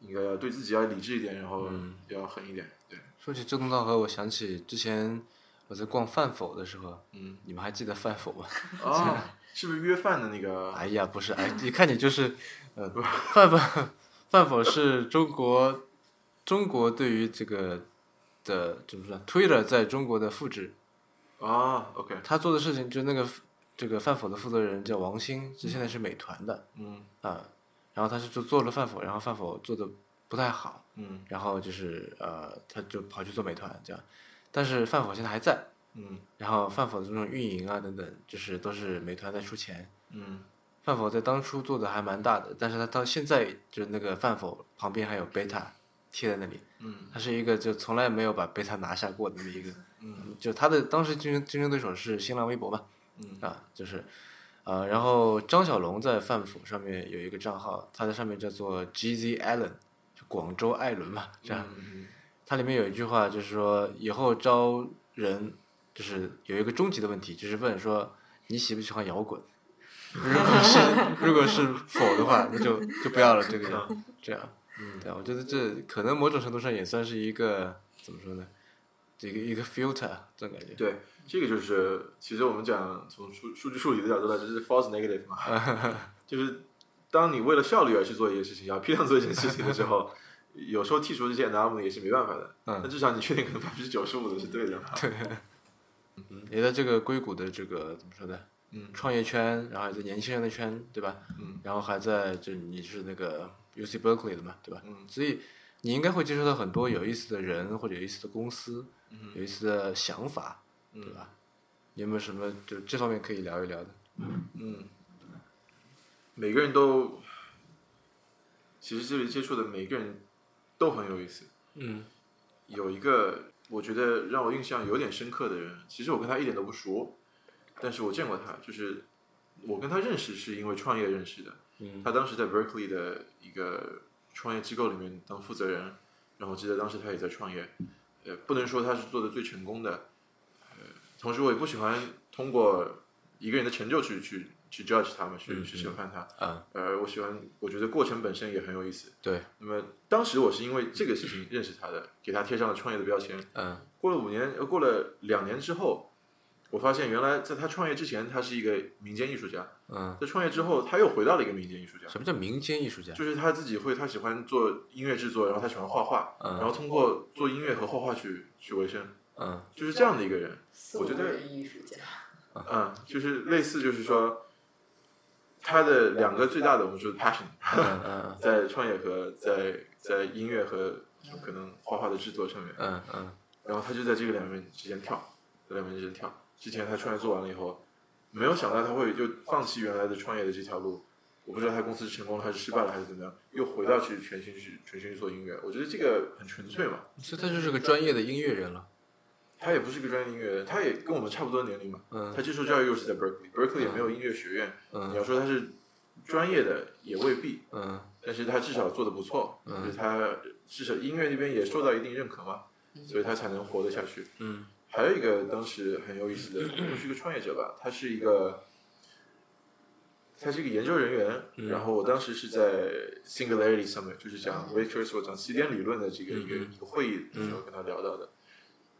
应该要对自己要理智一点，然后嗯要狠一点。 [laughs] 对，说起志同道合，我想起之前我在逛饭否的时候，嗯，你们还记得饭否吗？啊，是不是约饭的那个？哎呀，不是，哎，一看你就是，嗯，饭否，饭否是中国，中国对于这个的怎么说？Twitter 在中国的复制，啊，OK，他做的事情就那个这个饭否的负责人叫王兴，就现在是美团的嗯啊、然后他是就做了饭否，然后饭否做的不太好，嗯然后就是呃，他就跑去做美团这样，但是饭否现在还在，嗯然后饭否的这种运营啊等等，就是都是美团在出钱，嗯，饭否在当初做的还蛮大的，但是它到现在就是那个饭否旁边还有贝塔贴在那里，嗯它是一个就从来没有把贝塔拿下过的那么一个，嗯就它的当时竞争竞争对手是新浪微博嘛，嗯啊，就是，呃，然后张小龙在饭否上面有一个账号，他在上面叫做 GZ Allen，就广州艾伦嘛，这样，嗯它里面有一句话就是说以后招人就是有一个终极的问题，就是问说你喜不喜欢摇滚？如果是如果是否的话，那就就不要了这个人。这样，嗯对啊，我觉得这可能某种程度上也算是一个怎么说呢？这个一个 filter 这种感觉。对，这个就是其实我们讲从数数据处理的角度来，就是 false negative 嘛，就是当你为了效率而去做一件事情，要批量做一件事情的时候，有时候剔除这些 anomaly 也是没办法的。嗯但至少你确定可能百分之九十五的是对的嘛。对，嗯，也在这个硅谷的这个怎么说呢？嗯创业圈，然后还在年轻人的圈，对吧？嗯然后还在就你是那个 UC Berkeley 的嘛，对吧？嗯所以你应该会接触到很多有意思的人或者有意思的公司，嗯有意思的想法，嗯对吧？有没有什么就这方面可以聊一聊的？嗯，每个人都，其实这里接触的每个人都很有意思。嗯有一个我觉得让我印象有点深刻的人，其实我跟他一点都不熟，但是我见过他，就是我跟他认识是因为创业认识的。嗯他当时在 Berkeley 的一个创业机构里面当负责人，然后我记得当时他也在创业，呃，不能说他是做的最成功的，呃，同时我也不喜欢通过一个人的成就去去去 judge 他们，嗯去去审判他，啊，呃，我喜欢，我觉得过程本身也很有意思。对，那么当时我是因为这个事情认识他的，给他贴上了创业的标签。嗯过了五年，呃，过了两年之后，我发现原来在他创业之前，他是一个民间艺术家；嗯，在创业之后，他又回到了一个民间艺术家。什么叫民间艺术家？就是他自己会，他喜欢做音乐制作，然后他喜欢画画，嗯然后通过做音乐和画画去去维生，嗯就是这样的一个人。我觉得艺术家，嗯，就是类似，就是说，他的两个最大的，我们说 passion，嗯嗯在创业和在在音乐和可能画画的制作上面，嗯嗯然后他就在这个两面之间跳，在两面之间跳。之前他创业做完了以后，没有想到他会就放弃原来的创业的这条路，我不知道他公司是成功了还是失败了还是怎么样，又回到去全心去全心去做音乐。我觉得这个很纯粹嘛，嗯，所以他就是个专业的音乐人了。他也不是个专业音乐人，他也跟我们差不多年龄嘛。嗯他接受教育又是在 Berkeley，Berkeley 也没有音乐学院，你嗯要说他是专业的也未必，嗯但是他至少做的不错，嗯就是他至少音乐那边也受到一定认可嘛，所以他才能活得下去。嗯还有一个当时很有意思的，不是一个创业者吧，他是一个，他是一个研究人员。嗯然后我当时是在 Singularity 上面，就是讲 w a i t r e s 我讲起点理论的这个一个、嗯一个会议的时候跟他聊到的。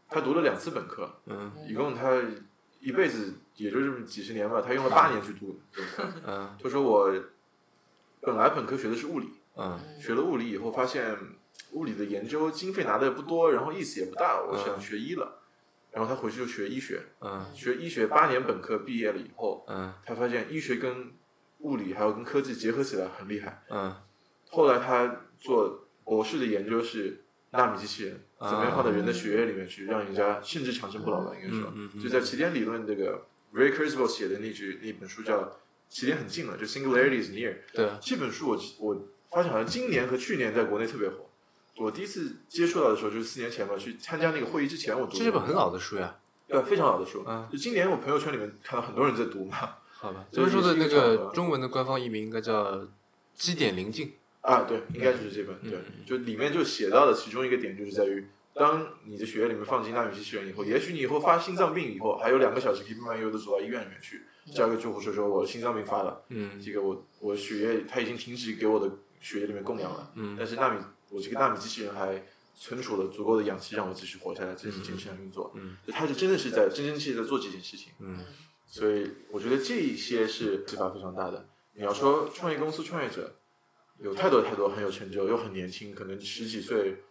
他读了两次本科，嗯一共他一辈子也就这么几十年吧，他用了八年去读本科。嗯他说我本来本科学的是物理，嗯学了物理以后，发现物理的研究经费拿的不多，然后意思也不大，我想学医了。然后他回去就学医学，嗯学医学八年本科毕业了以后，嗯他发现医学跟物理还有跟科技结合起来很厉害。嗯后来他做博士的研究是纳米机器人，怎啊么样放到人的血液里面去，让人家甚至长生不老吧？应该说，嗯嗯嗯就在起点理论这个 Ray Kurzweil 写的那句那本书叫《起点很近了》，就 Singularity is near。对，啊这本书我我发现好像今年和去年在国内特别火。我第一次接触到的时候就是四年前吧，去参加那个会议之前我读这的。是本很老的书呀。对非常老的书，嗯就今年我朋友圈里面看到很多人在读嘛。好吧，这对本书的也那是一个场个合中文的官方译名应该叫《基点临近》。嗯啊，对，应该就是这本。对，就里面就写到的其中一个点就是在于，当你的血液里面放进纳米机器人以后，也许你以后发心脏病以后，还有两个小时可以慢慢悠悠的走到医院里面去，叫一个救护车说我心脏病发了，嗯这个我我血液它已经停止给我的血液里面供氧了，嗯但是纳米我这个纳米机器人还存储了足够的氧气让我继续活下来，继续坚持地运作，嗯就它是真的是在真真切切的做这件事情，嗯所以我觉得这一些是启发非常大的。你要说创业公司创业者，有太多太多很有成就又很年轻，可能十几岁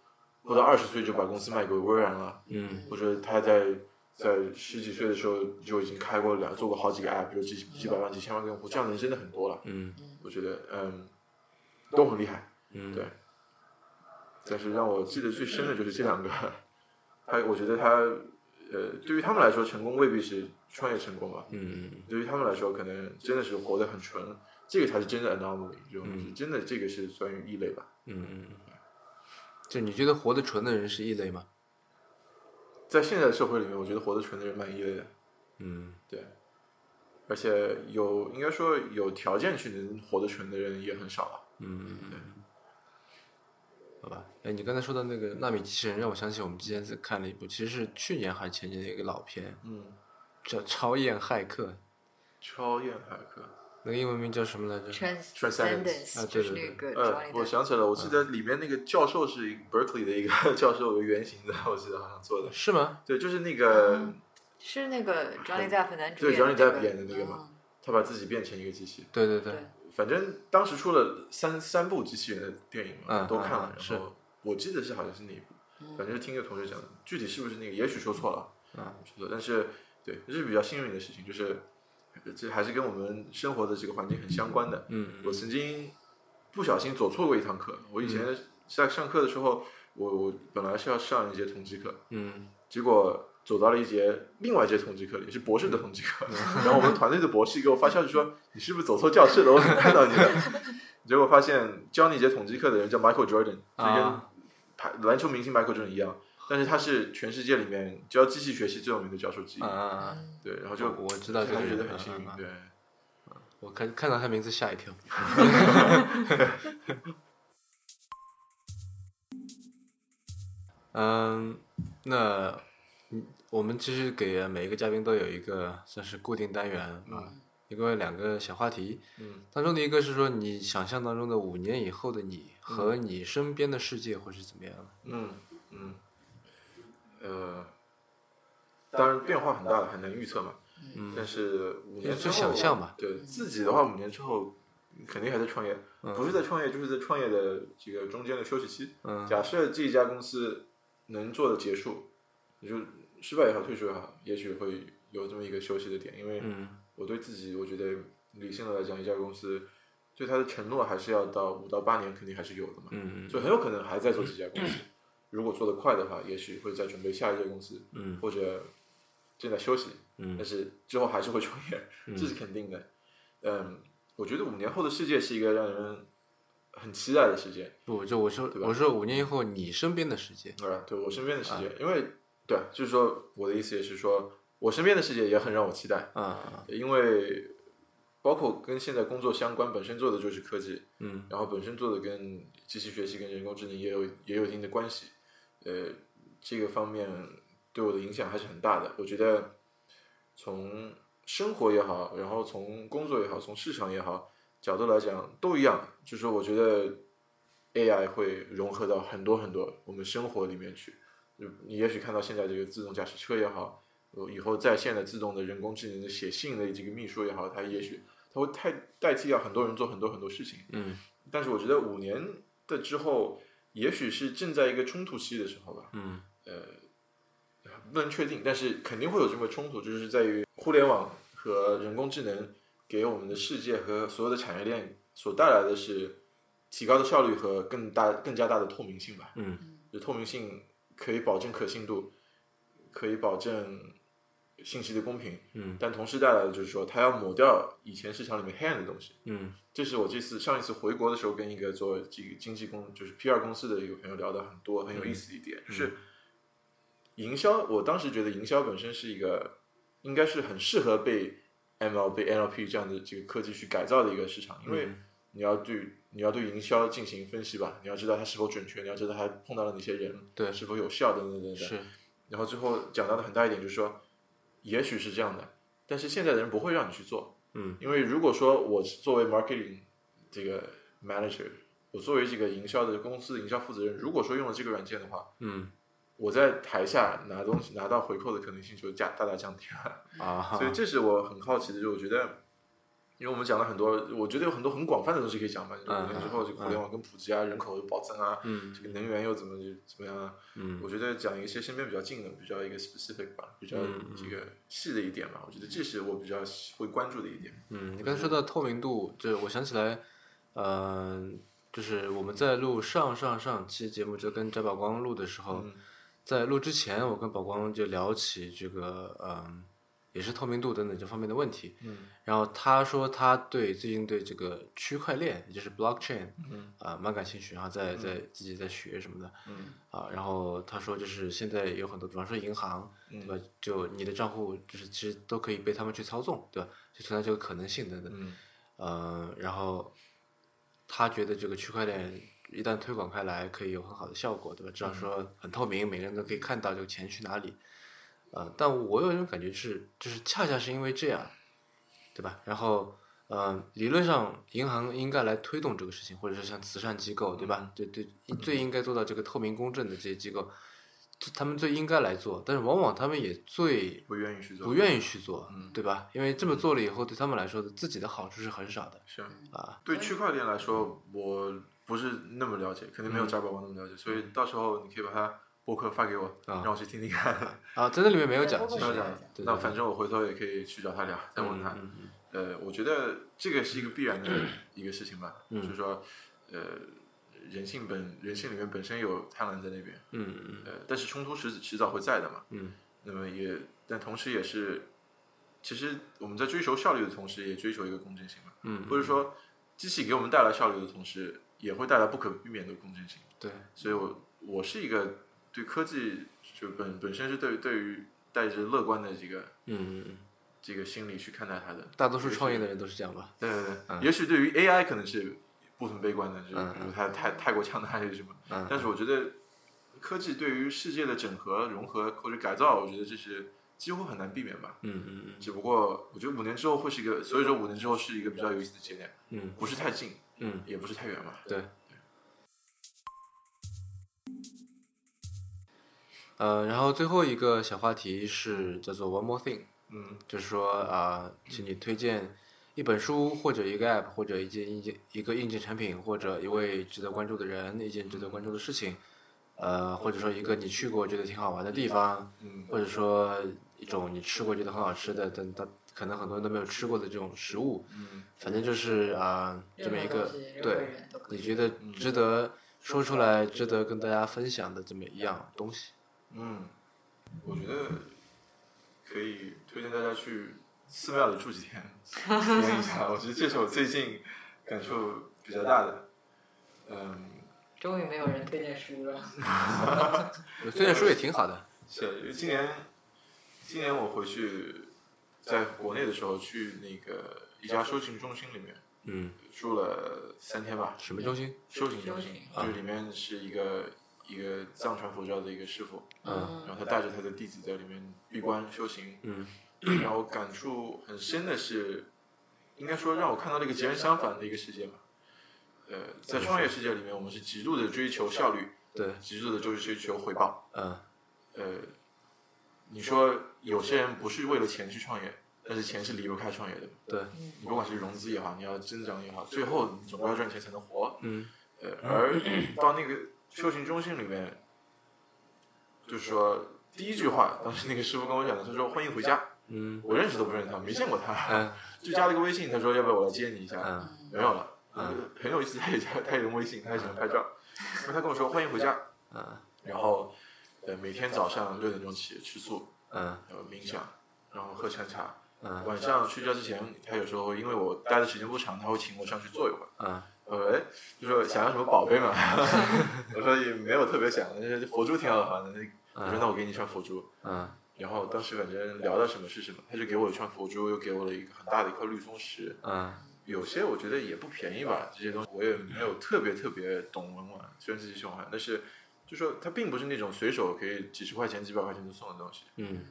不到二十岁就把公司卖给微软了，嗯或者他在在十几岁的时候就已经开过两做过好几个 app，有几几百万几千万个用户，这样的人真的很多了。嗯我觉得嗯，都很厉害。嗯，对但是让我记得最深的就是这两个，他我觉得他呃，对于他们来说，成功未必是创业成功吧。嗯对于他们来说，可能真的是活得很纯，这个才是真的 anomaly，这种东西，真的这个是算于异类吧。嗯嗯，就你觉得活得纯的人是异类吗？在现在的社会里面，我觉得活得纯的人蛮异类的，嗯对。而且有应该说有条件去能活得纯的人也很少啊了。嗯，好吧。哎，你刚才说的那个纳米机器人，让我想起我们之前在看了一部，其实是去年还前年的一个老片，嗯，叫《超验骇客》，超验骇客，那个英文名叫什么来着？ Transcendence 啊就对是对那个呃，Johnny 我想起来了，我记嗯得里面那个教授是一个 Berkeley 的一个 [laughs] 教授为原型的，我记得好像做的。是吗？对，就是那个、嗯是那个 Johnny Depp 男主对演 Johnny 的 Depp 演的那个嘛？他把自己变成一个机器。对对对，对反正当时出了三三部机器人的电影嘛，嗯都看嗯了嗯。是然后我记得是好像是那一部，反正是听一个同学讲的，具体是不是那个，也许说错了，嗯说错了。但是对，这是比较幸运的事情，就是呃这还是跟我们生活的这个环境很相关的。嗯我曾经不小心走错过一堂课，我以前嗯在上课的时候，我我本来是要上一节统计课，嗯结果走到了一节另外一节统计课，也是博士嗯的统计课。 [laughs] 然后我们团队的博士给我发消息说：“你是不是走错教室了？我怎么看到你了？” [laughs] 结果发现教你节统计课的人叫 Michael Jordan，就跟啊排篮球明星 Michael Jordan 一样，但是他是全世界里面教机器学习最有名的教授之一。啊啊！嗯对，然后我就我知道还这个觉人得，很幸运嗯。嗯嗯对，我看看到他名字吓一跳。 [laughs] 嗯，那嗯我们其实给每一个嘉宾都有一个算是固定单元啊，一共有两个小话题，嗯当中的一个是说你想象当中的五年以后的你和你身边的世界会是怎么样的？嗯嗯，呃，当然变化很大，很难预测嘛。嗯但是五年之就后，想象吧对自己的话，五年之后肯定还在创业，不是在创业，就是在创业的这个中间的休息期。嗯假设这一家公司能做的结束，也就失败也好，退出也好，也许会有这么一个休息的点，因为嗯我对自己，我觉得理性的来讲，一家公司对它的承诺还是要到五到八年，肯定还是有的嘛。嗯就很有可能还在做这家公司。如果做得快的话，也许会在准备下一家公司，嗯或者正在休息，但嗯是之后还是会创业，这是肯定的。嗯，我觉得五年后的世界是一个让人很期待的世界，不，就我说对吧我说五年以后你身边的世界，对吧？啊对我身边的世啊界，因为对，就是说我的意思也是说，我身边的世界也很让我期待，啊因为包括跟现在工作相关，本身做的就是科技，嗯然后本身做的跟机器学习跟人工智能也有也有一定的关系，呃，这个方面对我的影响还是很大的。我觉得从生活也好，然后从工作也好，从市场也好角度来讲都一样，就是说我觉得 AI 会融合到很多很多我们生活里面去。就你也许看到现在这个自动驾驶车也好，呃以后在线的自动的人工智能的写信的这个秘书也好，它也许它会代代替掉很多人做很多很多事情。嗯但是我觉得五年的之后，也许是正在一个冲突期的时候吧，嗯不能确定，但是肯定会有这么冲突，就是在于互联网和人工智能给我们的世界和所有的产业链所带来的是提高的效率和更大、更加大的透明性吧。嗯就透明性可以保证可信度，可以保证信息的公平，嗯但同时带来的就是说，它要抹掉以前市场里面黑暗的东西。嗯这是我这次上一次回国的时候，跟一个做这个经纪公就是 PR 公司的一个朋友聊的很多，很有意思的一点、就是，营销。我当时觉得营销本身是一个，应该是很适合被 ML 被 NLP 这样的这个科技去改造的一个市场，因为嗯你要对你要对营销进行分析吧，你要知道它是否准确，你要知道它碰到了哪些人，呃对是否有效等等等等。是然后最后讲到的很大一点就是说，也许是这样的，但是现在的人不会让你去做，嗯，因为如果说我作为 marketing 这个 manager，我作为这个营销的公司的营销负责人，如果说用了这个软件的话，嗯我在台下拿东西拿到回扣的可能性就加大大降低了。啊哈，所以这是我很好奇的，就我觉得。因为我们讲了很多，我觉得有很多很广泛的东西可以讲嘛。就是五年之后，这个互联网跟普及啊，人口又暴增啊，嗯这个能源又怎么怎么样啊？嗯我觉得讲一些身边比较近的，比较一个 specific 吧，比较嗯嗯这个细的一点吧。我觉得这是我比较会关注的一点。嗯，你刚才说到透明度，就是我想起来，嗯、就是我们在录上上上期节目，就跟翟宝光录的时候，嗯在录之前，我跟宝光就聊起这个，嗯，也是透明度等等这方面的问题。嗯然后他说他对最近对这个区块链，也就是 blockchain 嗯啊、蛮感兴趣，然后在在自己在学什么的嗯啊。然后他说就是现在有很多，比方说银行，嗯对吧？就你的账户就是其实都可以被他们去操纵，对吧？就存在这个可能性等等。嗯嗯，然后他觉得这个区块链一旦推广开来，可以有很好的效果，对吧？至少说很透明，每个人都可以看到这个钱去哪里。呃，但我有一种感觉是，就是恰恰是因为这样，对吧？然后，呃，理论上银行应该来推动这个事情，或者是像慈善机构，对吧？对对，最应该做到这个透明公正的这些机构，他们最应该来做，但是往往他们也最不愿意去做，不愿意去做嗯，对吧？因为这么做了以后，对他们来说的自己的好处是很少的是啊。对区块链来说，我不是那么了解，肯定没有嗯扎宝宝那么了解，所以到时候你可以把它博客发给我，啊让我去听听看。啊，在那里面没有讲，对其没有是实的讲，对对那对反正我回头也可以去找他聊，再问他。嗯嗯呃，我觉得这个是一个必 [clears throat] 然的一个事情吧，嗯就是说，呃，人性本人性里面本身有贪婪在那边，嗯嗯呃，但是冲突迟迟早会在的嘛。嗯那么也，但同时也是，其实我们在追求效率的同时，也追求一个公正性嘛，嗯或者说，机器给我们带来效率的同时，也会带来不可避免的公正性。对，所以我我是一个对科技就本本身是对对于带着乐观的这个嗯嗯嗯，这个心理去看待它的。大多数也创业许的人都是这样吧？对对对，嗯也许对于 AI 可能是部分悲观的，就是嗯比如它太太过强大还是什么。嗯但是我觉得科技对于世界的整合、融合或者改造，我觉得这是几乎很难避免吧。嗯嗯只不过我觉得五年之后会是一个，所以说五年之后是一个比较有意思的节点，嗯不是太近，嗯，也不是太远吧。对。呃，然后最后一个小话题是叫做 One More Thing，嗯就是说啊、请你推荐一本书或者一个 app 或者一件硬件一个硬件产品或者一位值得关注的人，一件值得关注的事情，呃，或者说一个你去过觉得挺好玩的地方，嗯或者说一种你吃过觉得很好吃的，但但可能很多人都没有吃过的这种食物，嗯反正就是啊、这么一任个何东西任何对人都，可以你觉得嗯值得说出来、值得跟大家分享的这么一样东西？嗯，我觉得可以推荐大家去寺庙里住几天，体验一 [laughs] 下。我觉得这是我最近感受比较大的。嗯，终于没有人推荐书了。推荐书也挺好的，是因为今年，今年我回去在国内的时候去那个一家修行中心里面嗯，住了三天吧，什么中心？修行中修心啊行就是里面是一个一个藏传佛教的一个师傅，嗯然后他带着他的弟子在里面闭关修行，嗯然后感触很深的是，应该说让我看到了一个截然相反的一个世界吧。呃，在创业世界里面，我们是极度的追求效率，对，极度的就是追求回报。嗯呃，你说有些人不是为了钱去创业，但是钱是离不开创业的。对，你不管是融资也好，你要增长也好，最后你总归要赚钱才能活。嗯呃，而到那个修行中心里面，就是说第一句话，当时那个师傅跟我讲的，他说欢迎回家。嗯我认识都不认识他，没见过他，嗯 [laughs] 就加了个微信，他说要不要我来接你一下，嗯没有了，嗯很有意思，他也加，他也用微信，他也喜欢拍照，然后他跟我说欢迎回家，嗯然后呃每天早上六点钟起吃素，嗯然后冥想，然后喝禅茶，嗯晚上睡觉之前，他有时候因为我待的时间不长，他会请我上去坐一会儿。嗯呃，哎就说想要什么宝贝嘛， [laughs] 我说也没有特别想，但是佛珠挺好玩的，我说那我给你串佛珠，嗯然后当时反正聊到什么是什么，他就给我一串佛珠，又给我了一个很大的一块绿松石，嗯有些我觉得也不便宜吧，这些东西我也没有特别特别懂文玩，虽然自己喜欢玩，但是就说它并不是那种随手可以几十块钱、几百块钱就送的东西，嗯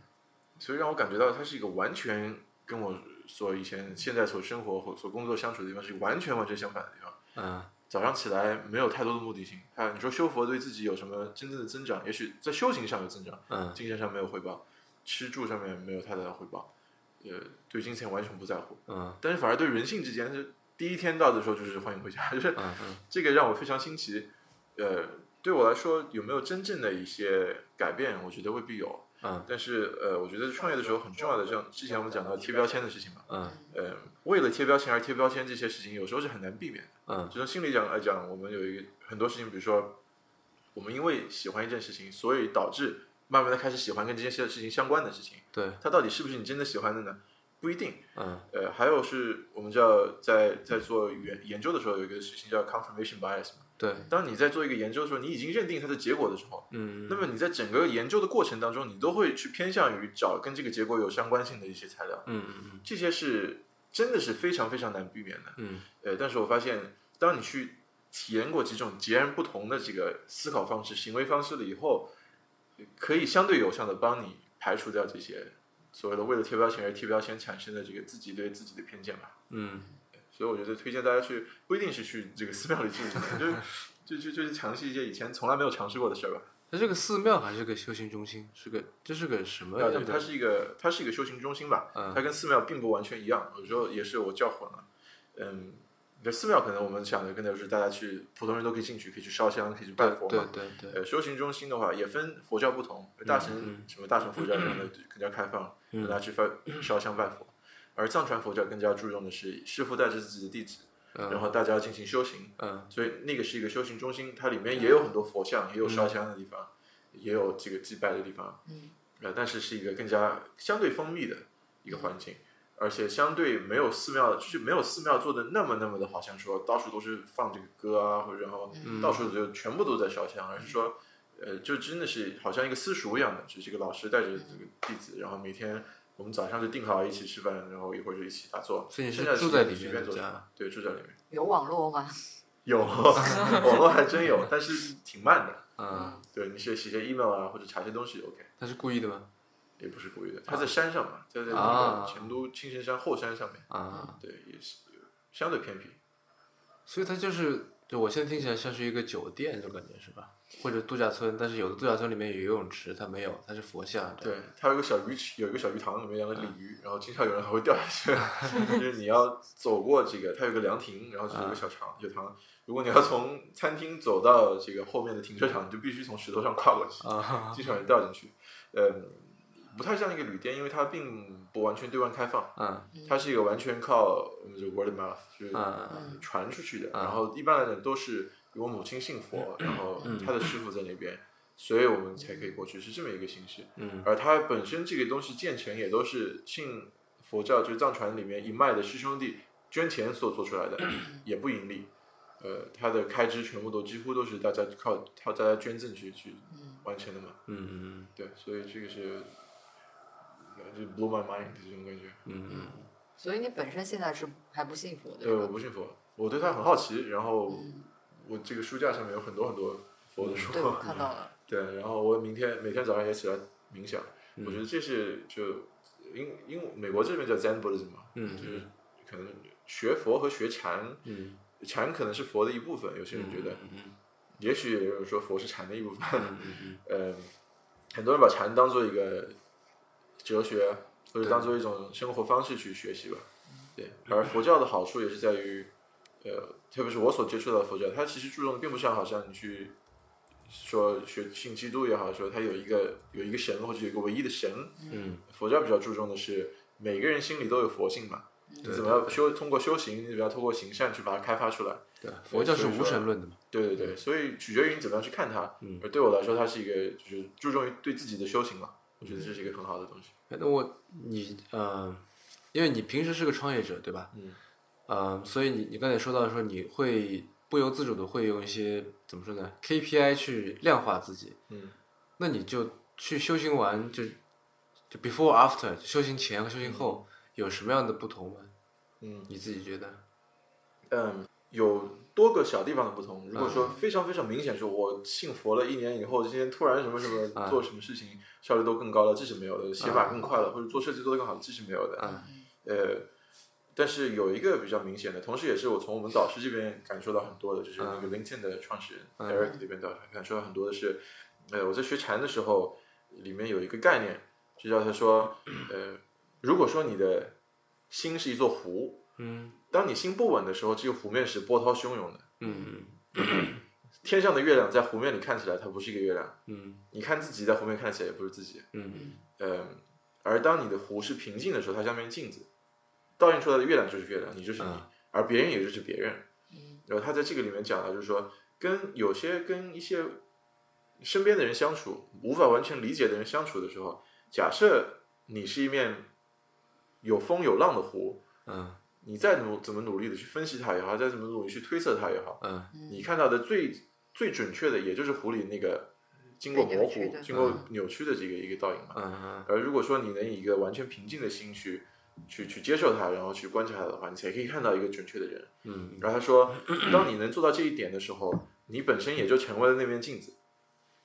所以让我感觉到它是一个完全跟我所以前现在所生活或所工作相处的地方是完全完全相反的地方。啊早上起来没有太多的目的性，啊，你说修佛对自己有什么真正的增长？也许在修行上有增长，嗯精神上没有回报，吃住上面没有太大的回报，呃，对金钱完全不在乎，嗯但是反而对人性之间是第一天到的时候就是欢迎回家，就是嗯这个让我非常新奇。呃，对我来说有没有真正的一些改变？我觉得未必有，嗯但是呃，我觉得创业的时候很重要的，像之前我们讲到贴标签的事情嘛，嗯呃，为了贴标签而贴标签这些事情，有时候是很难避免的。嗯就从心理讲来讲，我们有一个很多事情，比如说我们因为喜欢一件事情，所以导致慢慢的开始喜欢跟这件事事情相关的事情。对它到底是不是你真的喜欢的呢？不一定。嗯呃，还有是我们叫在在做研研究的时候，有一个事情叫 confirmation bias 嘛。对当你在做一个研究的时候，你已经认定它的结果的时候，嗯那么你在整个研究的过程当中，你都会去偏向于找跟这个结果有相关性的一些材料。嗯嗯这些是真的是非常非常难避免的。嗯呃，但是我发现，当你去体验过几种截然不同的这个思考方式、行为方式了以后，可以相对有效的帮你排除掉这些所谓的为了贴标签而贴标签产生的这个自己对自己的偏见吧。嗯所以我觉得推荐大家去，不一定是去这个寺庙里住一住，就是就就就是尝试一些以前从来没有尝试过的事儿吧。那这个寺庙还是个修行中心，是个这是个什么啊，样对，的？它是一个它是一个修行中心吧，嗯它跟寺庙并不完全一样，有时候也是我叫混了。嗯，那寺庙可能我们想的更多是大家去普通人都可以进去，可以去烧香，可以去拜对佛嘛。对对对，呃，修行中心的话也分佛教不同，大乘、嗯什么大乘佛教这样的更加开放，嗯让大家去拜烧香拜佛，而藏传佛教更加注重的是师傅带着自己的弟子，然后大家进行修行，嗯所以那个是一个修行中心，它里面也有很多佛像，也有烧香的地方，也有这个祭拜的地方，嗯，呃，但是是一个更加相对封闭的一个环境，而且相对没有寺庙，就是没有寺庙做的那么那么的，好像说到处都是放这个歌啊，或者然后到处就全部都在烧香，而是说。呃，就真的是好像一个私塾一样的，就是这个老师带着这个弟子，然后每天我们早上就定好一起吃饭，然后一会儿就一起打坐。所以你是剩下的住时在间里随面便的做什家么对，住在里面。有网络吗？ [laughs] 有，网络还真有，但是挺慢的。嗯，对，你是写些 email 啊，或者查些东西，OK，他是故意的吗？也不是故意的。他在山上嘛，在在那啊个成都青城山后山上面，啊，对，也是相对偏僻。所以它就是，就我现在听起来像是一个酒店这种感觉是吧？或者度假村，但是有的度假村里面有游泳池，它没有，它是佛像。这样，对，它有一个小鱼池，有一个小鱼塘，里面养了嗯鲤鱼，然后经常有人还会掉下 [laughs] 去。就是你要走过这个，它有个凉亭，然后嗯就是有个小塘，有塘。如果你要从餐厅走到这个后面的停车场，你就必须从石头上跨过去。啊，经常人掉进去。嗯，不太像一个旅店，因为它并不完全对外开放，嗯它是一个完全靠我们就 word of mouth 就是嗯传出去的。嗯然后一般来讲都是我母亲信佛，然后嗯她的师傅在那边，所以我们才可以过去，是这么一个形式。嗯而它本身这个东西建成也都是信佛教，就是藏传里面一脉的师兄弟捐钱所做出来的，也不盈利。呃，它的开支全部都几乎都是大家靠靠大家捐赠去去完成的嘛。嗯嗯对，所以这个是呃就 blow my mind 这种感觉。嗯所以你本身现在是还不信佛对，对吧？我不信佛，我对他很好奇，然后我这个书架上面有很多很多佛的书， [laughs] 对，我看到了。对，然后我明天每天早上也起来冥想，嗯我觉得这是就因因为美国这边叫 Zen Buddhism 嘛，嗯就是可能学佛和学禅，嗯禅可能是佛的一部分，有些人觉得，也许有人说佛是禅的一部分，嗯 [laughs] 呃，很多人把禅当做一个哲学或者当做一种生活方式去学习吧，对，而佛教的好处也是在于，呃，特别是我所接触到的佛教，它其实注重的并不像好像你去说学信基督也好，说它有一个有一个神或者有一个唯一的神，嗯佛教比较注重的是每个人心里都有佛性嘛，你怎么样修通过修行，你怎么样通过行善去把它开发出来。对，佛教是无神论的嘛。对对对，所以取决于你怎么样去看它。嗯而对我来说，它是一个就是注重于对自己的修行嘛，我觉得这是一个很好的东西。那我你呃，因为你平时是个创业者对吧？嗯，嗯，所以你你刚才说到说你会不由自主的会用一些怎么说呢 KPI 去量化自己。嗯，那你就去修行完就就 before after 修行前和修行后有什么样的不同吗？嗯，你自己觉得？嗯，有多个小地方的不同。嗯如果说非常非常明显，说我信佛了一年以后，今天突然什么什么啊做什么事情效率都更高了，这是没有的；写法更快了，或者做设计做得更好，这是没有的。嗯呃，但是有一个比较明显的，同时也是我从我们导师这边感受到很多的，就是那个 LinkedIn 的创始人、嗯 Eric 这边的感受到很多的是，呃，我在学禅的时候，里面有一个概念，就叫他说，呃，如果说你的心是一座湖，嗯当你心不稳的时候，这个湖面是波涛汹涌的。嗯天上的月亮在湖面里看起来它不是一个月亮，嗯你看自己在湖面看起来也不是自己。嗯嗯，而当你的湖是平静的时候，它像面镜子，倒映出来的月亮就是月亮，你就是你，嗯而别人也就是别人。嗯然后他在这个里面讲的就是说，跟有些跟一些身边的人相处，无法完全理解的人相处的时候，假设你是一面有风有浪的湖，嗯你再努怎么努力的去分析它也好，再怎么努力去推测它也好，嗯你看到的最最准确的，也就是湖里那个经过被模扭糊曲的、经过嗯扭曲的这个一个倒影嘛。嗯而如果说你能以一个完全平静的心去去去接受它，然后去观察它的话，你才可以看到一个准确的人。嗯然后他说， [clears throat] 当你能做到这一点的时候，你本身也就成为了那面镜子。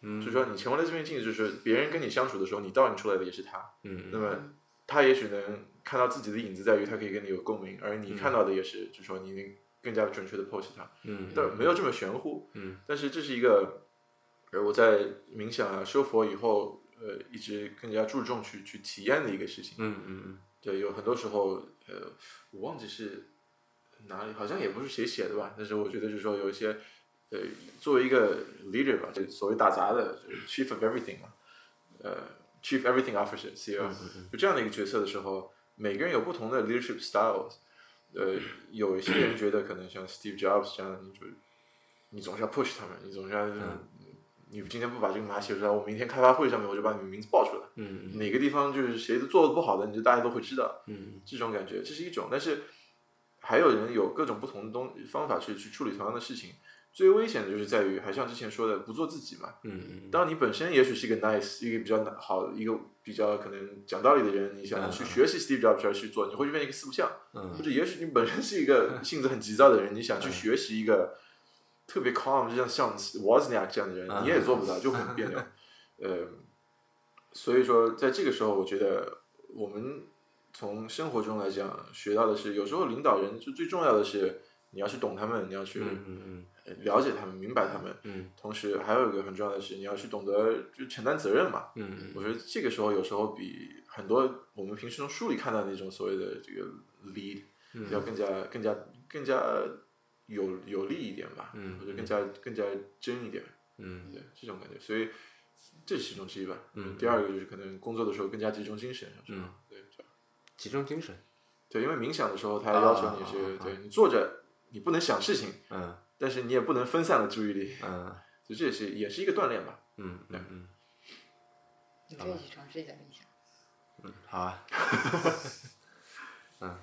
嗯，所以说，你成为了这面镜子，就是别人跟你相处的时候，你倒映出来的也是他。那嗯么，他也许能看到自己的影子，在于他可以跟你有共鸣，而你看到的也是，就是说你能更加准确的 pose 他。嗯但没有这么玄乎，嗯，但是这是一个，呃，我在冥想啊、修佛以后，呃，一直更加注重去去体验的一个事情。嗯嗯对，有很多时候，呃，我忘记是哪里，好像也不是谁写的吧，但是我觉得就是说有一些，呃，作为一个 leader 吧，就所谓打杂的就是 chief of everything 嘛，呃，chief everything officer CEO，、就这样的一个角色的时候，每个人有不同的 leadership styles，呃，有一些人觉得可能像 Steve Jobs 这样，你就你总是要 push 他们，你总是要。你今天不把这个码写出来，我明天开发会上面我就把你们名字报出来。嗯哪个地方就是谁做的不好的，你就大家都会知道。嗯这种感觉，这是一种。但是还有人有各种不同的东方法去去处理同样的事情。最危险的就是在于，还像之前说的，不做自己嘛。嗯当你本身也许是一个 nice，一个比较好，一个比较可能讲道理的人，你想去学习 Steve Jobs 而去做，你会变成一个四不像。嗯或者也许你本身是一个性子很急躁的人，你想去学习一个特别 calm，就像像 Wozniak 这样的人，嗯你也做不到，就很别扭。 [laughs] 呃，所以说在这个时候，我觉得我们从生活中来讲学到的是，有时候领导人就最重要的是你要去懂他们，你要去嗯呃了解他们、明白他们。嗯同时还有一个很重要的是，你要去懂得就承担责任嘛。嗯我觉得这个时候有时候比很多我们平时从书里看到的那种所谓的这个 lead 嗯要更加更加更加有有利一点吧，嗯或者更加更加真一点，嗯对这种感觉，所以这是其中之一吧。嗯第二个就是可能工作的时候更加集中精神，是吧嗯对这样集中精神，对，因为冥想的时候它要求你是、啊啊啊对你坐着你不能想事情，嗯但是你也不能分散了注意力，嗯所以这也是也是一个锻炼吧。嗯嗯你可以去尝试一下冥想。嗯，好啊， [laughs] 嗯，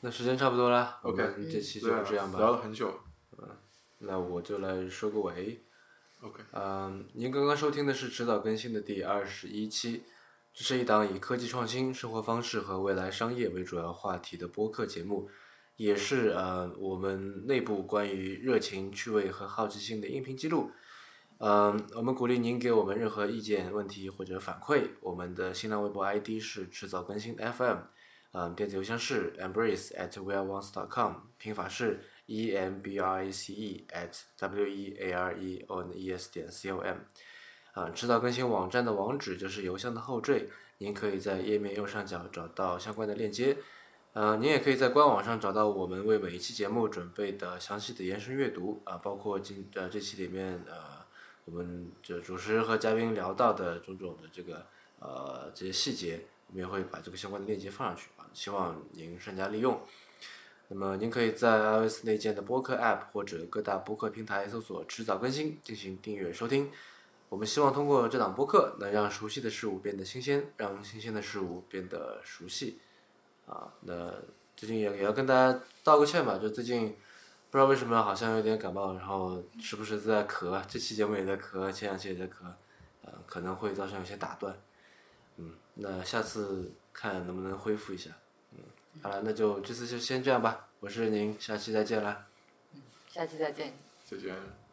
那时间差不多了我们这期就这样啊聊吧，了很久那我就来收个尾。 ，OK，嗯，您刚刚收听的是迟早更新的第二十一期，这是一档以科技创新、生活方式和未来商业为主要话题的播客节目，也是呃我们内部关于热情、趣味和好奇心的音频记录。嗯，我们鼓励您给我们任何意见、问题或者反馈。我们的新浪微博 ID 是迟早更新 FM，嗯，电子邮箱是 embrace at weareones.com，拼法是 e m b r a c e at w e a r e o n e s 点 c o m。啊、迟早更新网站的网址就是邮箱的后缀，您可以在页面右上角找到相关的链接。呃，您也可以在官网上找到我们为每一期节目准备的详细的延伸阅读啊、包括今呃这期里面呃我们这主持和嘉宾聊到的种种的这个呃这些细节，我们也会把这个相关的链接放上去啊，希望您善加利用。那么您可以在 iOS 内建的播客 App 或者各大播客平台搜索“迟早更新”进行订阅收听。我们希望通过这档播客，能让熟悉的事物变得新鲜，让新鲜的事物变得熟悉。啊，那最近也也要跟大家道个歉吧，就最近不知道为什么好像有点感冒，然后时不时在咳，啊这期节目也在咳，前两期也在咳，呃，可能会造成有些打断。嗯，那下次看能不能恢复一下。嗯，好了，那就这次就先这样吧，我是宁，下期再见啦，下期再见。再见。